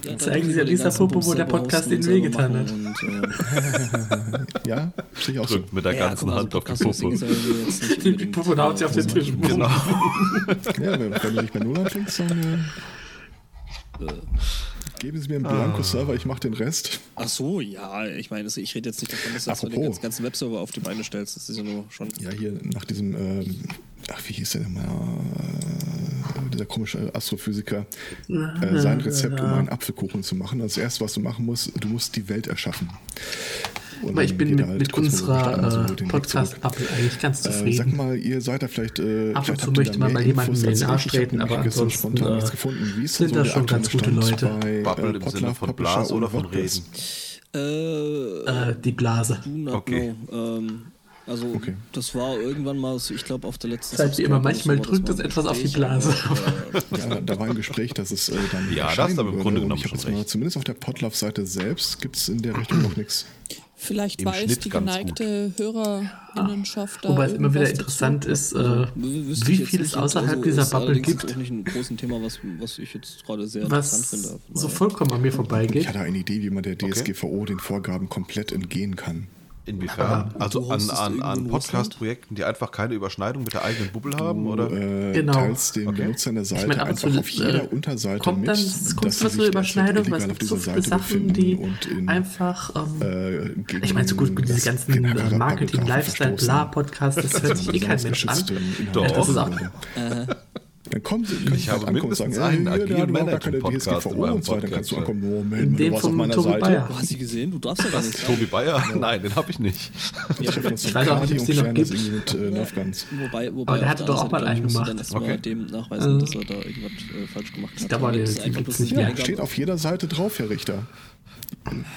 Speaker 4: ja, dann
Speaker 2: Zeigen
Speaker 4: drücken
Speaker 2: Sie
Speaker 4: wir
Speaker 2: an
Speaker 4: den
Speaker 2: Lisa
Speaker 4: ganzen
Speaker 2: Popo,
Speaker 4: Bums
Speaker 2: wo der
Speaker 4: selber
Speaker 2: Podcast
Speaker 4: hosten
Speaker 2: Ihnen
Speaker 4: und
Speaker 2: weh
Speaker 4: selber
Speaker 2: getan
Speaker 4: machen und, äh,
Speaker 3: Ja, sehe ich auch so.
Speaker 1: Drückt mit der
Speaker 4: ja,
Speaker 1: ganzen
Speaker 4: guck mal, so
Speaker 1: Hand auf die
Speaker 4: Podcast-Hosting
Speaker 1: Puppe.
Speaker 4: ist äh, ja jetzt nicht
Speaker 2: die
Speaker 4: unbedingt,
Speaker 2: Puppe haut sich auf den
Speaker 4: äh,
Speaker 2: Tisch.
Speaker 1: Genau.
Speaker 3: Ja, wenn, wenn du nicht bei Null anfängst, dann äh, geben Sie mir einen
Speaker 1: Ah.
Speaker 3: Blanko-Server, ich mache den Rest.
Speaker 4: Ach so, ja, ich meine, also ich rede jetzt nicht davon, dass du jetzt so den
Speaker 3: Apropos.
Speaker 4: ganzen- ganzen Webserver auf die Beine stellst. Das ist ja nur schon.
Speaker 3: Ja, hier nach diesem, ähm, ach, wie hieß der denn mal? Äh, dieser komische Astrophysiker. Äh, sein Rezept, um einen Apfelkuchen zu machen. Das erste, was du machen musst, du musst die Welt erschaffen. Und
Speaker 2: aber ich
Speaker 3: dann
Speaker 2: bin
Speaker 3: geht er
Speaker 2: mit,
Speaker 3: halt
Speaker 2: mit
Speaker 3: kurz vor Ostern also
Speaker 2: unserer
Speaker 3: den
Speaker 2: äh,
Speaker 3: Weg zurück.
Speaker 2: Podcast-Appel eigentlich ganz
Speaker 3: Äh, sag
Speaker 2: zufrieden.
Speaker 3: mal, ihr seid da vielleicht. Äh,
Speaker 2: Ab und
Speaker 3: vielleicht
Speaker 2: zu
Speaker 3: habt ihr
Speaker 2: möchte
Speaker 3: da
Speaker 2: man
Speaker 3: mehr
Speaker 2: mal jemanden
Speaker 3: Infos
Speaker 2: in den
Speaker 3: als ich.
Speaker 2: Arsch
Speaker 3: Ich hab
Speaker 2: treten,
Speaker 3: nämlich
Speaker 2: aber
Speaker 3: gestern
Speaker 2: ansonsten,
Speaker 3: spontan
Speaker 2: äh,
Speaker 3: nichts gefunden. Wie ist
Speaker 2: sind
Speaker 3: denn so
Speaker 2: da
Speaker 3: der
Speaker 2: schon ganz
Speaker 3: aktuelle
Speaker 2: gute
Speaker 3: Stand
Speaker 2: Leute.
Speaker 3: Bei,
Speaker 1: Bubble
Speaker 3: äh,
Speaker 1: im Sinne
Speaker 3: Podlove,
Speaker 1: von
Speaker 3: Publisher
Speaker 1: Blas oder von
Speaker 3: WordPress?
Speaker 1: Reden.
Speaker 4: Äh,
Speaker 2: Äh, die Blase.
Speaker 4: do not
Speaker 1: Okay.
Speaker 4: know. Ähm, also,
Speaker 3: Okay.
Speaker 4: das war irgendwann mal, so, ich glaube, auf der letzten.
Speaker 2: Seid wie immer,
Speaker 4: Subscribe
Speaker 2: manchmal
Speaker 4: oder so war
Speaker 2: drückt
Speaker 4: mal
Speaker 2: es
Speaker 4: ein
Speaker 2: etwas auf die
Speaker 4: Gespräch,
Speaker 2: Blase.
Speaker 4: aber, äh,
Speaker 3: Ja, da war ein Gespräch, dass es äh, dann.
Speaker 1: Ja, da hast du
Speaker 3: erscheinen
Speaker 1: aber im
Speaker 3: würde.
Speaker 1: Grunde
Speaker 3: Und
Speaker 1: genommen
Speaker 3: ich hab
Speaker 1: schon
Speaker 3: jetzt mal
Speaker 1: recht.
Speaker 3: Zumindest auf der Podlove-Seite selbst gibt es in der Richtung noch nichts.
Speaker 5: Vielleicht
Speaker 1: Im
Speaker 5: weiß
Speaker 1: Schnitt
Speaker 5: die
Speaker 1: ganz
Speaker 5: geneigte Hörerinnenschaft da.
Speaker 2: Ah, Wobei es immer wieder
Speaker 5: irgendwas
Speaker 2: interessant
Speaker 5: dazu.
Speaker 2: ist, äh,
Speaker 3: Also,
Speaker 4: w- wüsste ich
Speaker 2: wie
Speaker 4: jetzt
Speaker 2: viel es
Speaker 4: nicht,
Speaker 2: außerhalb
Speaker 4: also
Speaker 2: dieser
Speaker 4: ist
Speaker 2: Bubble
Speaker 4: allerdings jetzt
Speaker 2: gibt,
Speaker 4: Auch nicht ein großes Thema, was, was ich jetzt gerade sehr interessant finde.
Speaker 2: was
Speaker 4: Von
Speaker 2: so
Speaker 4: daher-
Speaker 2: vollkommen an mir
Speaker 3: Ich
Speaker 2: vorbeigeht.
Speaker 3: hatte eine Idee, wie man der DSGVO den Vorgaben komplett entgehen kann.
Speaker 1: Inwiefern? Also
Speaker 4: du
Speaker 1: an,
Speaker 4: hostest
Speaker 1: an,
Speaker 4: irgendwo
Speaker 1: an
Speaker 4: in
Speaker 1: Podcast-Projekten, die einfach keine Überschneidung mit der eigenen Bubble haben,
Speaker 3: Du,
Speaker 1: oder?
Speaker 3: Äh,
Speaker 2: Genau.
Speaker 3: teilst dem
Speaker 1: Okay.
Speaker 3: Benutzer eine Seite
Speaker 2: Ich meine, ab und zu,
Speaker 3: einfach auf jeder
Speaker 2: äh,
Speaker 3: Unterseite
Speaker 2: kommt
Speaker 3: mit,
Speaker 2: dann es kommt
Speaker 3: dass
Speaker 2: immer
Speaker 3: sie sich
Speaker 2: so
Speaker 3: derzeit
Speaker 2: Überschneidungen, weil es
Speaker 3: illegal auf
Speaker 2: gibt
Speaker 3: dieser
Speaker 2: so viele
Speaker 3: Seite
Speaker 2: Sachen,
Speaker 3: befinden
Speaker 2: die
Speaker 3: und in,
Speaker 2: einfach. Ähm,
Speaker 3: äh, gegen
Speaker 2: ich meine, so gut, gut,
Speaker 3: das
Speaker 2: diese ganzen
Speaker 3: generelle
Speaker 2: äh, Marketing,
Speaker 3: Bubble-Graphen
Speaker 2: Lifestyle,
Speaker 3: verstoßen.
Speaker 2: bla Podcasts, das hört sich eh kein
Speaker 3: Besonders
Speaker 2: Mensch an.
Speaker 3: geschützte Inhalte.
Speaker 1: Doch.
Speaker 2: Das ist auch-
Speaker 3: Dann kommen sie, können
Speaker 1: Äh. Ich
Speaker 3: sie halt
Speaker 1: habe
Speaker 3: ankommen und sagen,
Speaker 1: mindestens
Speaker 3: ja,
Speaker 1: einen
Speaker 3: hier,
Speaker 1: agilen
Speaker 3: der hat überhaupt gar keine
Speaker 1: Management-Podcast
Speaker 3: DSGVO
Speaker 1: in meinem
Speaker 3: und so weiter. Dann kannst du
Speaker 1: Podcast,
Speaker 3: ankommen, Oh,
Speaker 2: In
Speaker 3: Moment,
Speaker 2: dem
Speaker 3: du warst auf
Speaker 2: von
Speaker 3: meiner
Speaker 2: Tobi
Speaker 3: Seite.
Speaker 2: Bayer.
Speaker 4: Oh, hast du gesehen? Du darfst ja gar nicht.
Speaker 1: Tobi Bayer? Nein, den habe ich nicht.
Speaker 3: Ich habe uns
Speaker 2: Ich weiß auch nicht, ob es den noch
Speaker 3: das
Speaker 2: gibt.
Speaker 3: irgendwie mit äh, Nerfguns.
Speaker 4: Wobei, wobei
Speaker 2: Aber der
Speaker 4: auf
Speaker 2: hatte
Speaker 4: der
Speaker 2: doch
Speaker 4: anderen
Speaker 2: auch mal
Speaker 4: Seite, glaub ich,
Speaker 2: einen
Speaker 4: musste
Speaker 2: gemacht.
Speaker 4: Dann erstmal
Speaker 1: Okay.
Speaker 4: dem nachweisen,
Speaker 2: Äh.
Speaker 4: dass er da irgendwas äh, falsch gemacht hat.
Speaker 2: glaube,
Speaker 4: Aber
Speaker 2: den-
Speaker 4: das ist
Speaker 2: den
Speaker 4: einfach
Speaker 2: gibt's
Speaker 4: bloß
Speaker 2: nicht
Speaker 4: eine
Speaker 2: mehr.
Speaker 4: Eingabe.
Speaker 3: Steht auf jeder Seite drauf, Herr Richter.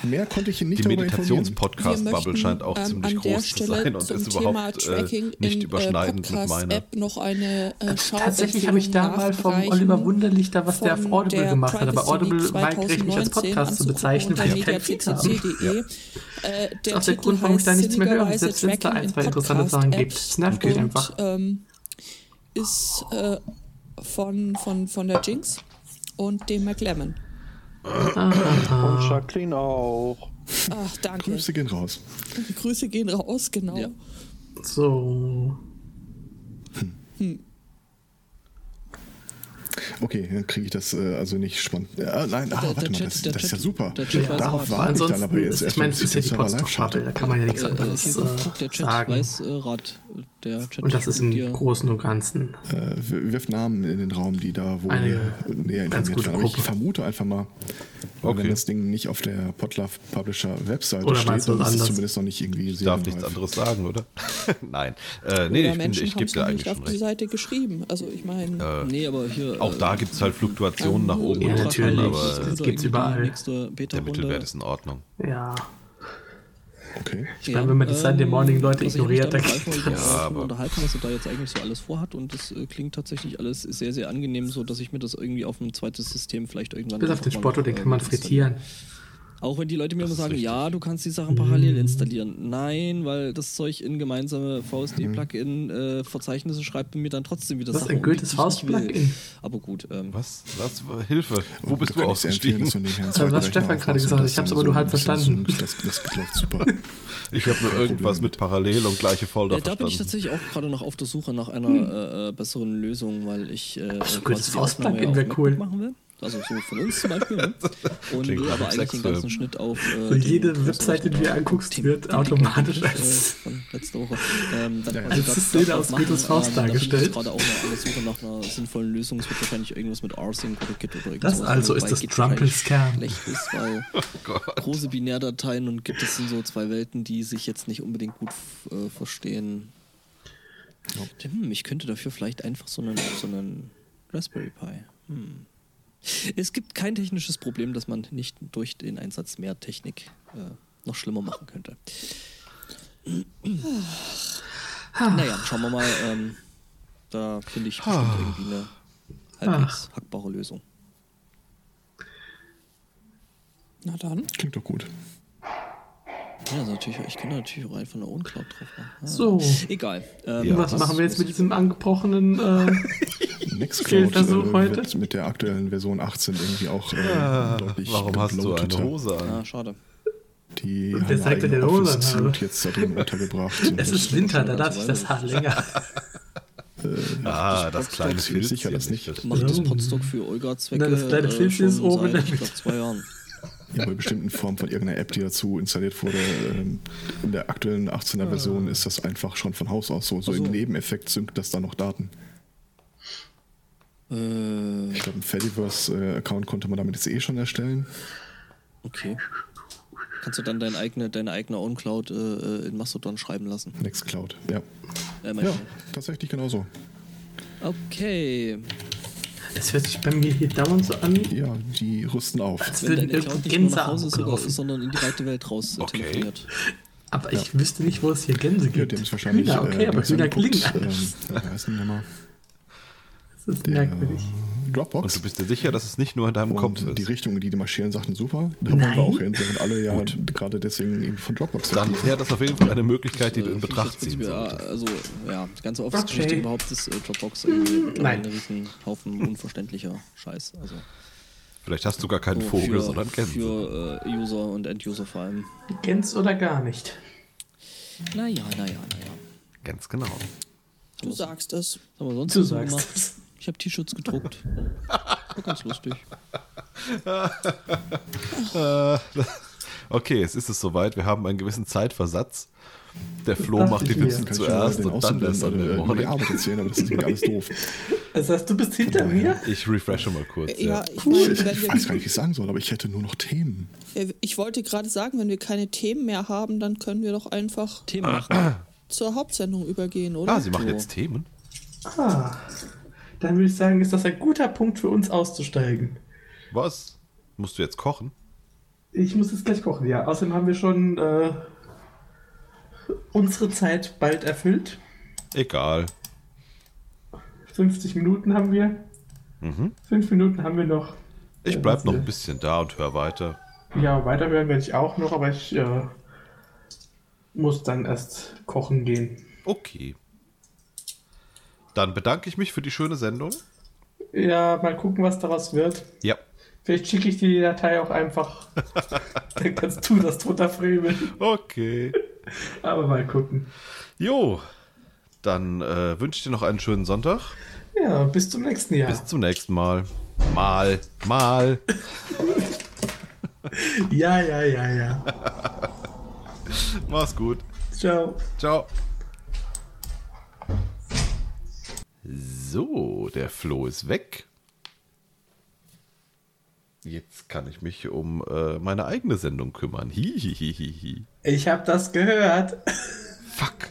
Speaker 3: Mehr konnte ich Ihnen
Speaker 1: Die
Speaker 3: nicht darüber informieren.
Speaker 5: Wir
Speaker 1: Meditations-Podcast-Bubble
Speaker 5: möchten,
Speaker 1: scheint auch
Speaker 5: ähm,
Speaker 1: ziemlich
Speaker 5: an der
Speaker 1: groß zu
Speaker 5: Stelle
Speaker 1: sein und
Speaker 5: zum
Speaker 1: ist
Speaker 5: Thema
Speaker 1: überhaupt äh,
Speaker 5: Tracking
Speaker 1: nicht
Speaker 5: in,
Speaker 1: überschneidend
Speaker 5: äh,
Speaker 1: mit meiner.
Speaker 5: App noch eine äh, Schau
Speaker 2: Tatsächlich habe ich da mal vom Oliver Wunderlich da was, der auf Audible gemacht hat, aber Audible weigere ich mich als Podcast zu bezeichnen, weil ich keinen Feed habe.
Speaker 5: E. Äh, der
Speaker 2: auch der
Speaker 5: Titel
Speaker 2: Grund, warum ich da
Speaker 5: heißt
Speaker 2: nichts mehr höre,
Speaker 5: sinnigerweise
Speaker 2: selbst wenn es da
Speaker 5: Tracking
Speaker 2: ein,
Speaker 5: in
Speaker 2: zwei interessante Sachen gibt.
Speaker 5: Podcast-Apps
Speaker 2: Es nervt mich
Speaker 5: und,
Speaker 2: einfach.
Speaker 5: Ähm, ist äh, von, von, von der Jinx und dem McLemmon.
Speaker 6: Und
Speaker 2: Ah.
Speaker 6: Jacqueline auch.
Speaker 5: Ach, Ah, danke.
Speaker 3: Grüße gehen raus.
Speaker 5: Grüße gehen raus, genau.
Speaker 4: Ja.
Speaker 2: So.
Speaker 3: Okay, dann kriege ich das äh, also nicht spannend. Äh, nein, ah,
Speaker 4: Der- der
Speaker 3: warte mal,
Speaker 4: Chat-
Speaker 3: das,
Speaker 4: der
Speaker 3: das ist ja
Speaker 4: Chat-
Speaker 3: super.
Speaker 4: der Chat weiß auch,
Speaker 3: Darauf warte ich dann
Speaker 2: Ansonsten,
Speaker 3: aber jetzt
Speaker 2: ist, ich meine, es ist ja die
Speaker 3: erstmal live
Speaker 2: Potsdam-Bubble,
Speaker 3: schalte.
Speaker 2: da kann man ja nichts
Speaker 4: Äh,
Speaker 2: anderes
Speaker 4: auf jeden Fall, der
Speaker 2: äh,
Speaker 4: Chat
Speaker 2: sagen.
Speaker 4: weiß äh, Rat. Der Chat
Speaker 2: Und das ist im
Speaker 4: dir-
Speaker 2: Großen und Ganzen.
Speaker 3: Äh, wirf Namen in den Raum, die da wohl
Speaker 2: Eine
Speaker 3: näher
Speaker 2: ganz gute
Speaker 3: informiert werden. Aber ich
Speaker 2: Gruppe.
Speaker 3: vermute einfach mal,
Speaker 1: Okay.
Speaker 3: wenn das Ding nicht auf der Potlove Publisher Webseite
Speaker 2: Oder
Speaker 3: steht,
Speaker 2: meinst du
Speaker 3: dann
Speaker 2: was
Speaker 3: ist es
Speaker 2: anderes?
Speaker 3: zumindest noch nicht irgendwie
Speaker 1: Ich darf nichts anderes sagen, oder? Nein. Äh, nee,
Speaker 5: Oder
Speaker 1: ich, bin-
Speaker 5: Menschen
Speaker 1: ich
Speaker 5: haben
Speaker 1: gebe
Speaker 5: es
Speaker 1: dir
Speaker 5: noch
Speaker 1: eigentlich
Speaker 5: nicht auf
Speaker 1: schon
Speaker 5: die
Speaker 1: recht.
Speaker 5: Seite geschrieben. Also ich meine,
Speaker 4: Nee, aber hier.
Speaker 1: Auch
Speaker 4: äh,
Speaker 1: da gibt es halt
Speaker 5: Ähm,
Speaker 1: Fluktuationen nach oben
Speaker 2: Ja,
Speaker 1: und unten,
Speaker 2: natürlich.
Speaker 1: aber
Speaker 2: Das
Speaker 4: Unser
Speaker 2: gibt's
Speaker 4: irgendwie
Speaker 2: überall.
Speaker 4: Nächste
Speaker 1: der Mittelwert
Speaker 4: Beta-Runde.
Speaker 1: ist in Ordnung.
Speaker 2: Ja.
Speaker 3: Okay.
Speaker 2: Ich meine, wenn man die Sunday Morning Leute
Speaker 4: also ich hab mich
Speaker 2: ignoriert,
Speaker 4: da
Speaker 2: dann
Speaker 4: mit Ralf
Speaker 2: geht
Speaker 4: mal
Speaker 2: das.
Speaker 1: Ja,
Speaker 4: drüber
Speaker 1: aber-
Speaker 4: unterhalten, was er da jetzt eigentlich so alles vorhat und das äh, klingt tatsächlich alles sehr, sehr angenehm, so dass ich mir das irgendwie auf ein zweites System vielleicht irgendwann.
Speaker 2: Bis auf den
Speaker 4: einfach mal,
Speaker 2: Sporto, den
Speaker 4: äh,
Speaker 2: kann man
Speaker 4: installieren.
Speaker 2: frittieren.
Speaker 4: Auch wenn die Leute mir immer sagen,
Speaker 1: richtig.
Speaker 4: ja, du kannst die Sachen parallel
Speaker 2: Mhm.
Speaker 4: installieren. Nein, weil das Zeug in gemeinsame
Speaker 1: Mhm.
Speaker 4: VSD-Plugin-Verzeichnisse äh, schreibt mir dann trotzdem wieder
Speaker 2: Was,
Speaker 4: Sachen.
Speaker 2: ein
Speaker 4: um die
Speaker 2: Goethes
Speaker 4: ich nicht will.
Speaker 2: Faust-Plugin?
Speaker 4: Aber gut, ähm,
Speaker 1: Was? Was? Hilfe.
Speaker 5: Oh,
Speaker 1: Wo bist du
Speaker 3: kann ich sehr empfehlen,
Speaker 1: ausgestiegen?
Speaker 3: dass du nebenher einen
Speaker 2: Äh, was
Speaker 3: zweiten Rechner
Speaker 2: Stefan gerade
Speaker 3: aufmachst und
Speaker 2: gesagt hat,
Speaker 3: das
Speaker 2: ich hab's
Speaker 3: dann
Speaker 2: aber nur
Speaker 3: so
Speaker 2: halb
Speaker 3: ein bisschen
Speaker 2: verstanden.
Speaker 3: zoomt. Das, das, das läuft super.
Speaker 1: Ich habe nur irgendwas mit Parallel und gleiche Folder
Speaker 4: Äh, da bin ich
Speaker 1: verstanden.
Speaker 4: tatsächlich auch gerade noch auf der Suche nach einer äh, äh, besseren Lösung, weil ich äh,
Speaker 2: Hm. so
Speaker 4: quasi
Speaker 2: gutes
Speaker 4: die Aufnahme
Speaker 2: Faustplugin
Speaker 4: auf
Speaker 2: wäre
Speaker 4: MacBook
Speaker 2: cool.
Speaker 4: machen will. Also so von uns zum Beispiel. Ne? Und
Speaker 1: Klingt
Speaker 4: will
Speaker 1: nach
Speaker 4: aber
Speaker 1: einem
Speaker 4: eigentlich den
Speaker 1: Sexfilm.
Speaker 4: ganzen Schnitt auf. Äh,
Speaker 2: So
Speaker 4: den
Speaker 2: jede
Speaker 4: großen
Speaker 2: Webseite, die du
Speaker 4: Rechner-
Speaker 2: anguckst,
Speaker 4: Team-
Speaker 2: wird
Speaker 4: Team-
Speaker 2: automatisch
Speaker 4: Team- Team-
Speaker 2: als- Also
Speaker 4: äh, von letzte Woche. Ähm, dann
Speaker 3: Ja, ja.
Speaker 4: quasi
Speaker 3: Als
Speaker 4: das-
Speaker 2: Szene
Speaker 4: das
Speaker 2: aus
Speaker 4: machen,
Speaker 2: Goethes Faust
Speaker 4: ähm, da bin
Speaker 2: dargestellt.
Speaker 4: Ich gerade auch noch auf der Suche nach einer sinnvollen Lösung. Es wird wahrscheinlich irgendwas mit rsync oder Git oder irgendwas.
Speaker 2: Das also ist das Trumpel-Scam.
Speaker 4: Schlecht ist, weil große Binärdateien und Git, das sind so zwei Welten, die sich jetzt nicht unbedingt gut äh, verstehen. Hm, ich könnte dafür vielleicht einfach so einen, so einen Raspberry Pi. Hm. Es gibt kein technisches Problem, das man nicht durch den Einsatz mehr Technik äh, noch schlimmer machen könnte. naja, schauen wir mal. Ähm, da finde ich bestimmt irgendwie eine halbwegs hackbare Lösung.
Speaker 5: Na dann.
Speaker 3: Klingt doch gut.
Speaker 4: Ja, also natürlich, ich kann natürlich auch einfach eine Uncloud drauf machen. Ja.
Speaker 2: So.
Speaker 4: Egal. Ähm,
Speaker 1: Ja,
Speaker 2: was
Speaker 1: das
Speaker 2: machen wir jetzt mit diesem angebrochenen. Äh,
Speaker 3: Nextcloud äh,
Speaker 2: Fehlversuch heute?
Speaker 3: wird mit der aktuellen Version 18 irgendwie auch äh, deutlich
Speaker 1: Warum hast du eine
Speaker 3: gebloateter.
Speaker 1: Hose an?
Speaker 4: Ja, schade.
Speaker 3: Die
Speaker 2: Und der
Speaker 3: haben
Speaker 2: zeigt mir
Speaker 3: eigene
Speaker 2: den Hose
Speaker 3: Office
Speaker 2: an,
Speaker 3: Suite
Speaker 2: aber-
Speaker 3: jetzt da drin untergebracht. Und
Speaker 2: es
Speaker 3: das
Speaker 2: ist Winter, da darf
Speaker 4: so
Speaker 2: sich das Haar länger.
Speaker 1: ah, das kleine
Speaker 3: Proxy ist
Speaker 1: Filz.
Speaker 3: sicher,
Speaker 1: hier
Speaker 3: das nicht.
Speaker 4: Macht das Potstock für Olga-Zwecke
Speaker 2: Nein, das kleine
Speaker 4: äh,
Speaker 2: Filzchen
Speaker 4: schon
Speaker 2: ist oben in
Speaker 4: seit,
Speaker 2: der
Speaker 4: ich glaube,
Speaker 2: Mitte.
Speaker 4: zwei Jahren.
Speaker 3: Ja, bei bestimmten Formen von irgendeiner App, die dazu installiert wurde. ähm, In der aktuellen 18er Version
Speaker 2: Ah.
Speaker 3: ist das einfach schon von Haus aus so. So im Nebeneffekt synkt das dann noch Daten.
Speaker 4: Äh,
Speaker 3: Ich glaube, einen Fediverse-Account äh, konnte man damit jetzt eh schon erstellen.
Speaker 4: okay. Kannst du dann deine eigene, deine eigene OwnCloud äh, äh, in Mastodon schreiben lassen?
Speaker 3: Nextcloud, ja.
Speaker 4: Äh, mein
Speaker 3: Ja, tatsächlich genauso.
Speaker 4: Okay.
Speaker 2: Das hört sich bei mir hier dauernd so an.
Speaker 3: Ja, die rüsten auf.
Speaker 2: Als
Speaker 4: Wenn
Speaker 2: würden
Speaker 4: deine
Speaker 2: irgendwie
Speaker 4: Cloud nicht nur
Speaker 2: Gänse
Speaker 4: nach Hause ist, oder,
Speaker 2: abgeworfen.
Speaker 4: sondern in die weite Welt raus äh,
Speaker 1: Okay.
Speaker 4: telefoniert.
Speaker 2: Aber ich wüsste nicht, wo es hier Gänse
Speaker 3: Ja,
Speaker 2: gibt.
Speaker 3: die haben es wahrscheinlich.
Speaker 2: Hühner, genau, okay,
Speaker 3: äh,
Speaker 2: aber
Speaker 3: links
Speaker 2: Hühner
Speaker 3: angeguckt.
Speaker 2: klingen anders.
Speaker 3: Ähm, wie heißt denn der mal?
Speaker 2: Das ist merkwürdig.
Speaker 1: Und
Speaker 3: Dropbox.
Speaker 1: du bist dir sicher, dass es nicht nur in deinem Kopf
Speaker 3: Und
Speaker 1: ist.
Speaker 3: die Richtung, in die die marschieren, sagten super. Da
Speaker 2: Nein.
Speaker 3: wollen wir auch hin, während alle ja gerade deswegen eben von Dropbox
Speaker 1: Dann
Speaker 3: aktiv
Speaker 1: wäre das auf jeden Fall eine Möglichkeit, die du in
Speaker 4: Finde Äh, ich
Speaker 1: Betracht
Speaker 4: jetzt
Speaker 1: ziehen
Speaker 4: prinzipiell,
Speaker 1: solltest.
Speaker 4: ja, Also, ja, das ganze Office-Geschichte
Speaker 2: Okay.
Speaker 4: überhaupt ist äh, Dropbox irgendwie
Speaker 2: nein.
Speaker 4: ein riesen Haufen unverständlicher Scheiß. Also,
Speaker 1: Vielleicht hast du gar keinen
Speaker 4: so
Speaker 1: Vogel,
Speaker 4: Oh, für,
Speaker 1: sondern Gänse.
Speaker 4: Für äh, User und End-User vor allem.
Speaker 2: Gänse oder gar nicht.
Speaker 4: Naja, naja, naja.
Speaker 1: Ganz genau.
Speaker 5: Du sagst es.
Speaker 4: Was haben wir sonst
Speaker 2: Du
Speaker 4: noch so
Speaker 2: sagst
Speaker 4: gemacht?
Speaker 2: es.
Speaker 4: Ich habe T-Shirts gedruckt. War ganz lustig.
Speaker 1: Okay, es ist es soweit. Wir haben einen gewissen Zeitversatz. Der Flo
Speaker 2: dachte
Speaker 1: macht
Speaker 2: ich
Speaker 1: die
Speaker 2: mir.
Speaker 1: Witzen
Speaker 3: Kann ich
Speaker 1: zuerst
Speaker 3: schon mal den
Speaker 1: und dann
Speaker 3: Auszubildenden
Speaker 1: das Sunday
Speaker 3: alle über die
Speaker 1: Morning.
Speaker 3: Arbeit erzählen, aber das ist irgendwie alles doof.
Speaker 2: Das heißt, Also du bist hinter
Speaker 3: Genau,
Speaker 2: mir?
Speaker 1: Ich refreshe mal kurz.
Speaker 5: Ja,
Speaker 1: Ja.
Speaker 5: ich,
Speaker 3: Ich,
Speaker 5: cool.
Speaker 3: ich
Speaker 5: meine, wenn
Speaker 3: weiß gar
Speaker 5: wir,
Speaker 3: nicht, wie ich sagen soll, aber ich hätte nur noch Themen.
Speaker 5: Ja, ich wollte gerade sagen, wenn wir keine Themen mehr haben, dann können wir doch einfach
Speaker 4: Themen machen.
Speaker 5: zur Hauptsendung übergehen, oder?
Speaker 1: Ah, sie machen jetzt Themen.
Speaker 2: Ah. Dann würde ich sagen, ist das ein guter Punkt für uns auszusteigen.
Speaker 1: Was? Musst du jetzt kochen?
Speaker 2: Ich muss jetzt gleich kochen, ja. Außerdem haben wir schon äh, unsere Zeit bald erfüllt.
Speaker 1: Egal.
Speaker 2: 50 Minuten haben wir. Fünf Minuten haben wir noch.
Speaker 1: Mhm. Ich bleib noch ein bisschen da und hör weiter.
Speaker 2: Ja, weiterhören werde ich auch noch, aber ich äh, muss dann erst kochen gehen.
Speaker 1: Okay. Dann bedanke ich mich für die schöne Sendung.
Speaker 2: Ja, mal gucken, was daraus wird.
Speaker 1: Ja.
Speaker 2: Vielleicht schicke ich dir die Datei auch einfach. dann kannst du das drunter fremeln.
Speaker 1: Okay.
Speaker 2: Aber mal gucken.
Speaker 1: Jo. Dann äh, wünsche ich dir noch einen schönen Sonntag.
Speaker 2: Ja, bis zum nächsten Jahr.
Speaker 1: Bis zum nächsten Mal. Mal, mal.
Speaker 2: Ja, ja, ja, ja.
Speaker 1: Mach's gut.
Speaker 2: Ciao.
Speaker 1: Ciao. So, der Flo ist weg. Jetzt kann ich mich um äh, meine eigene Sendung kümmern. Hihihihihi.
Speaker 2: Ich habe das gehört.
Speaker 1: Fuck.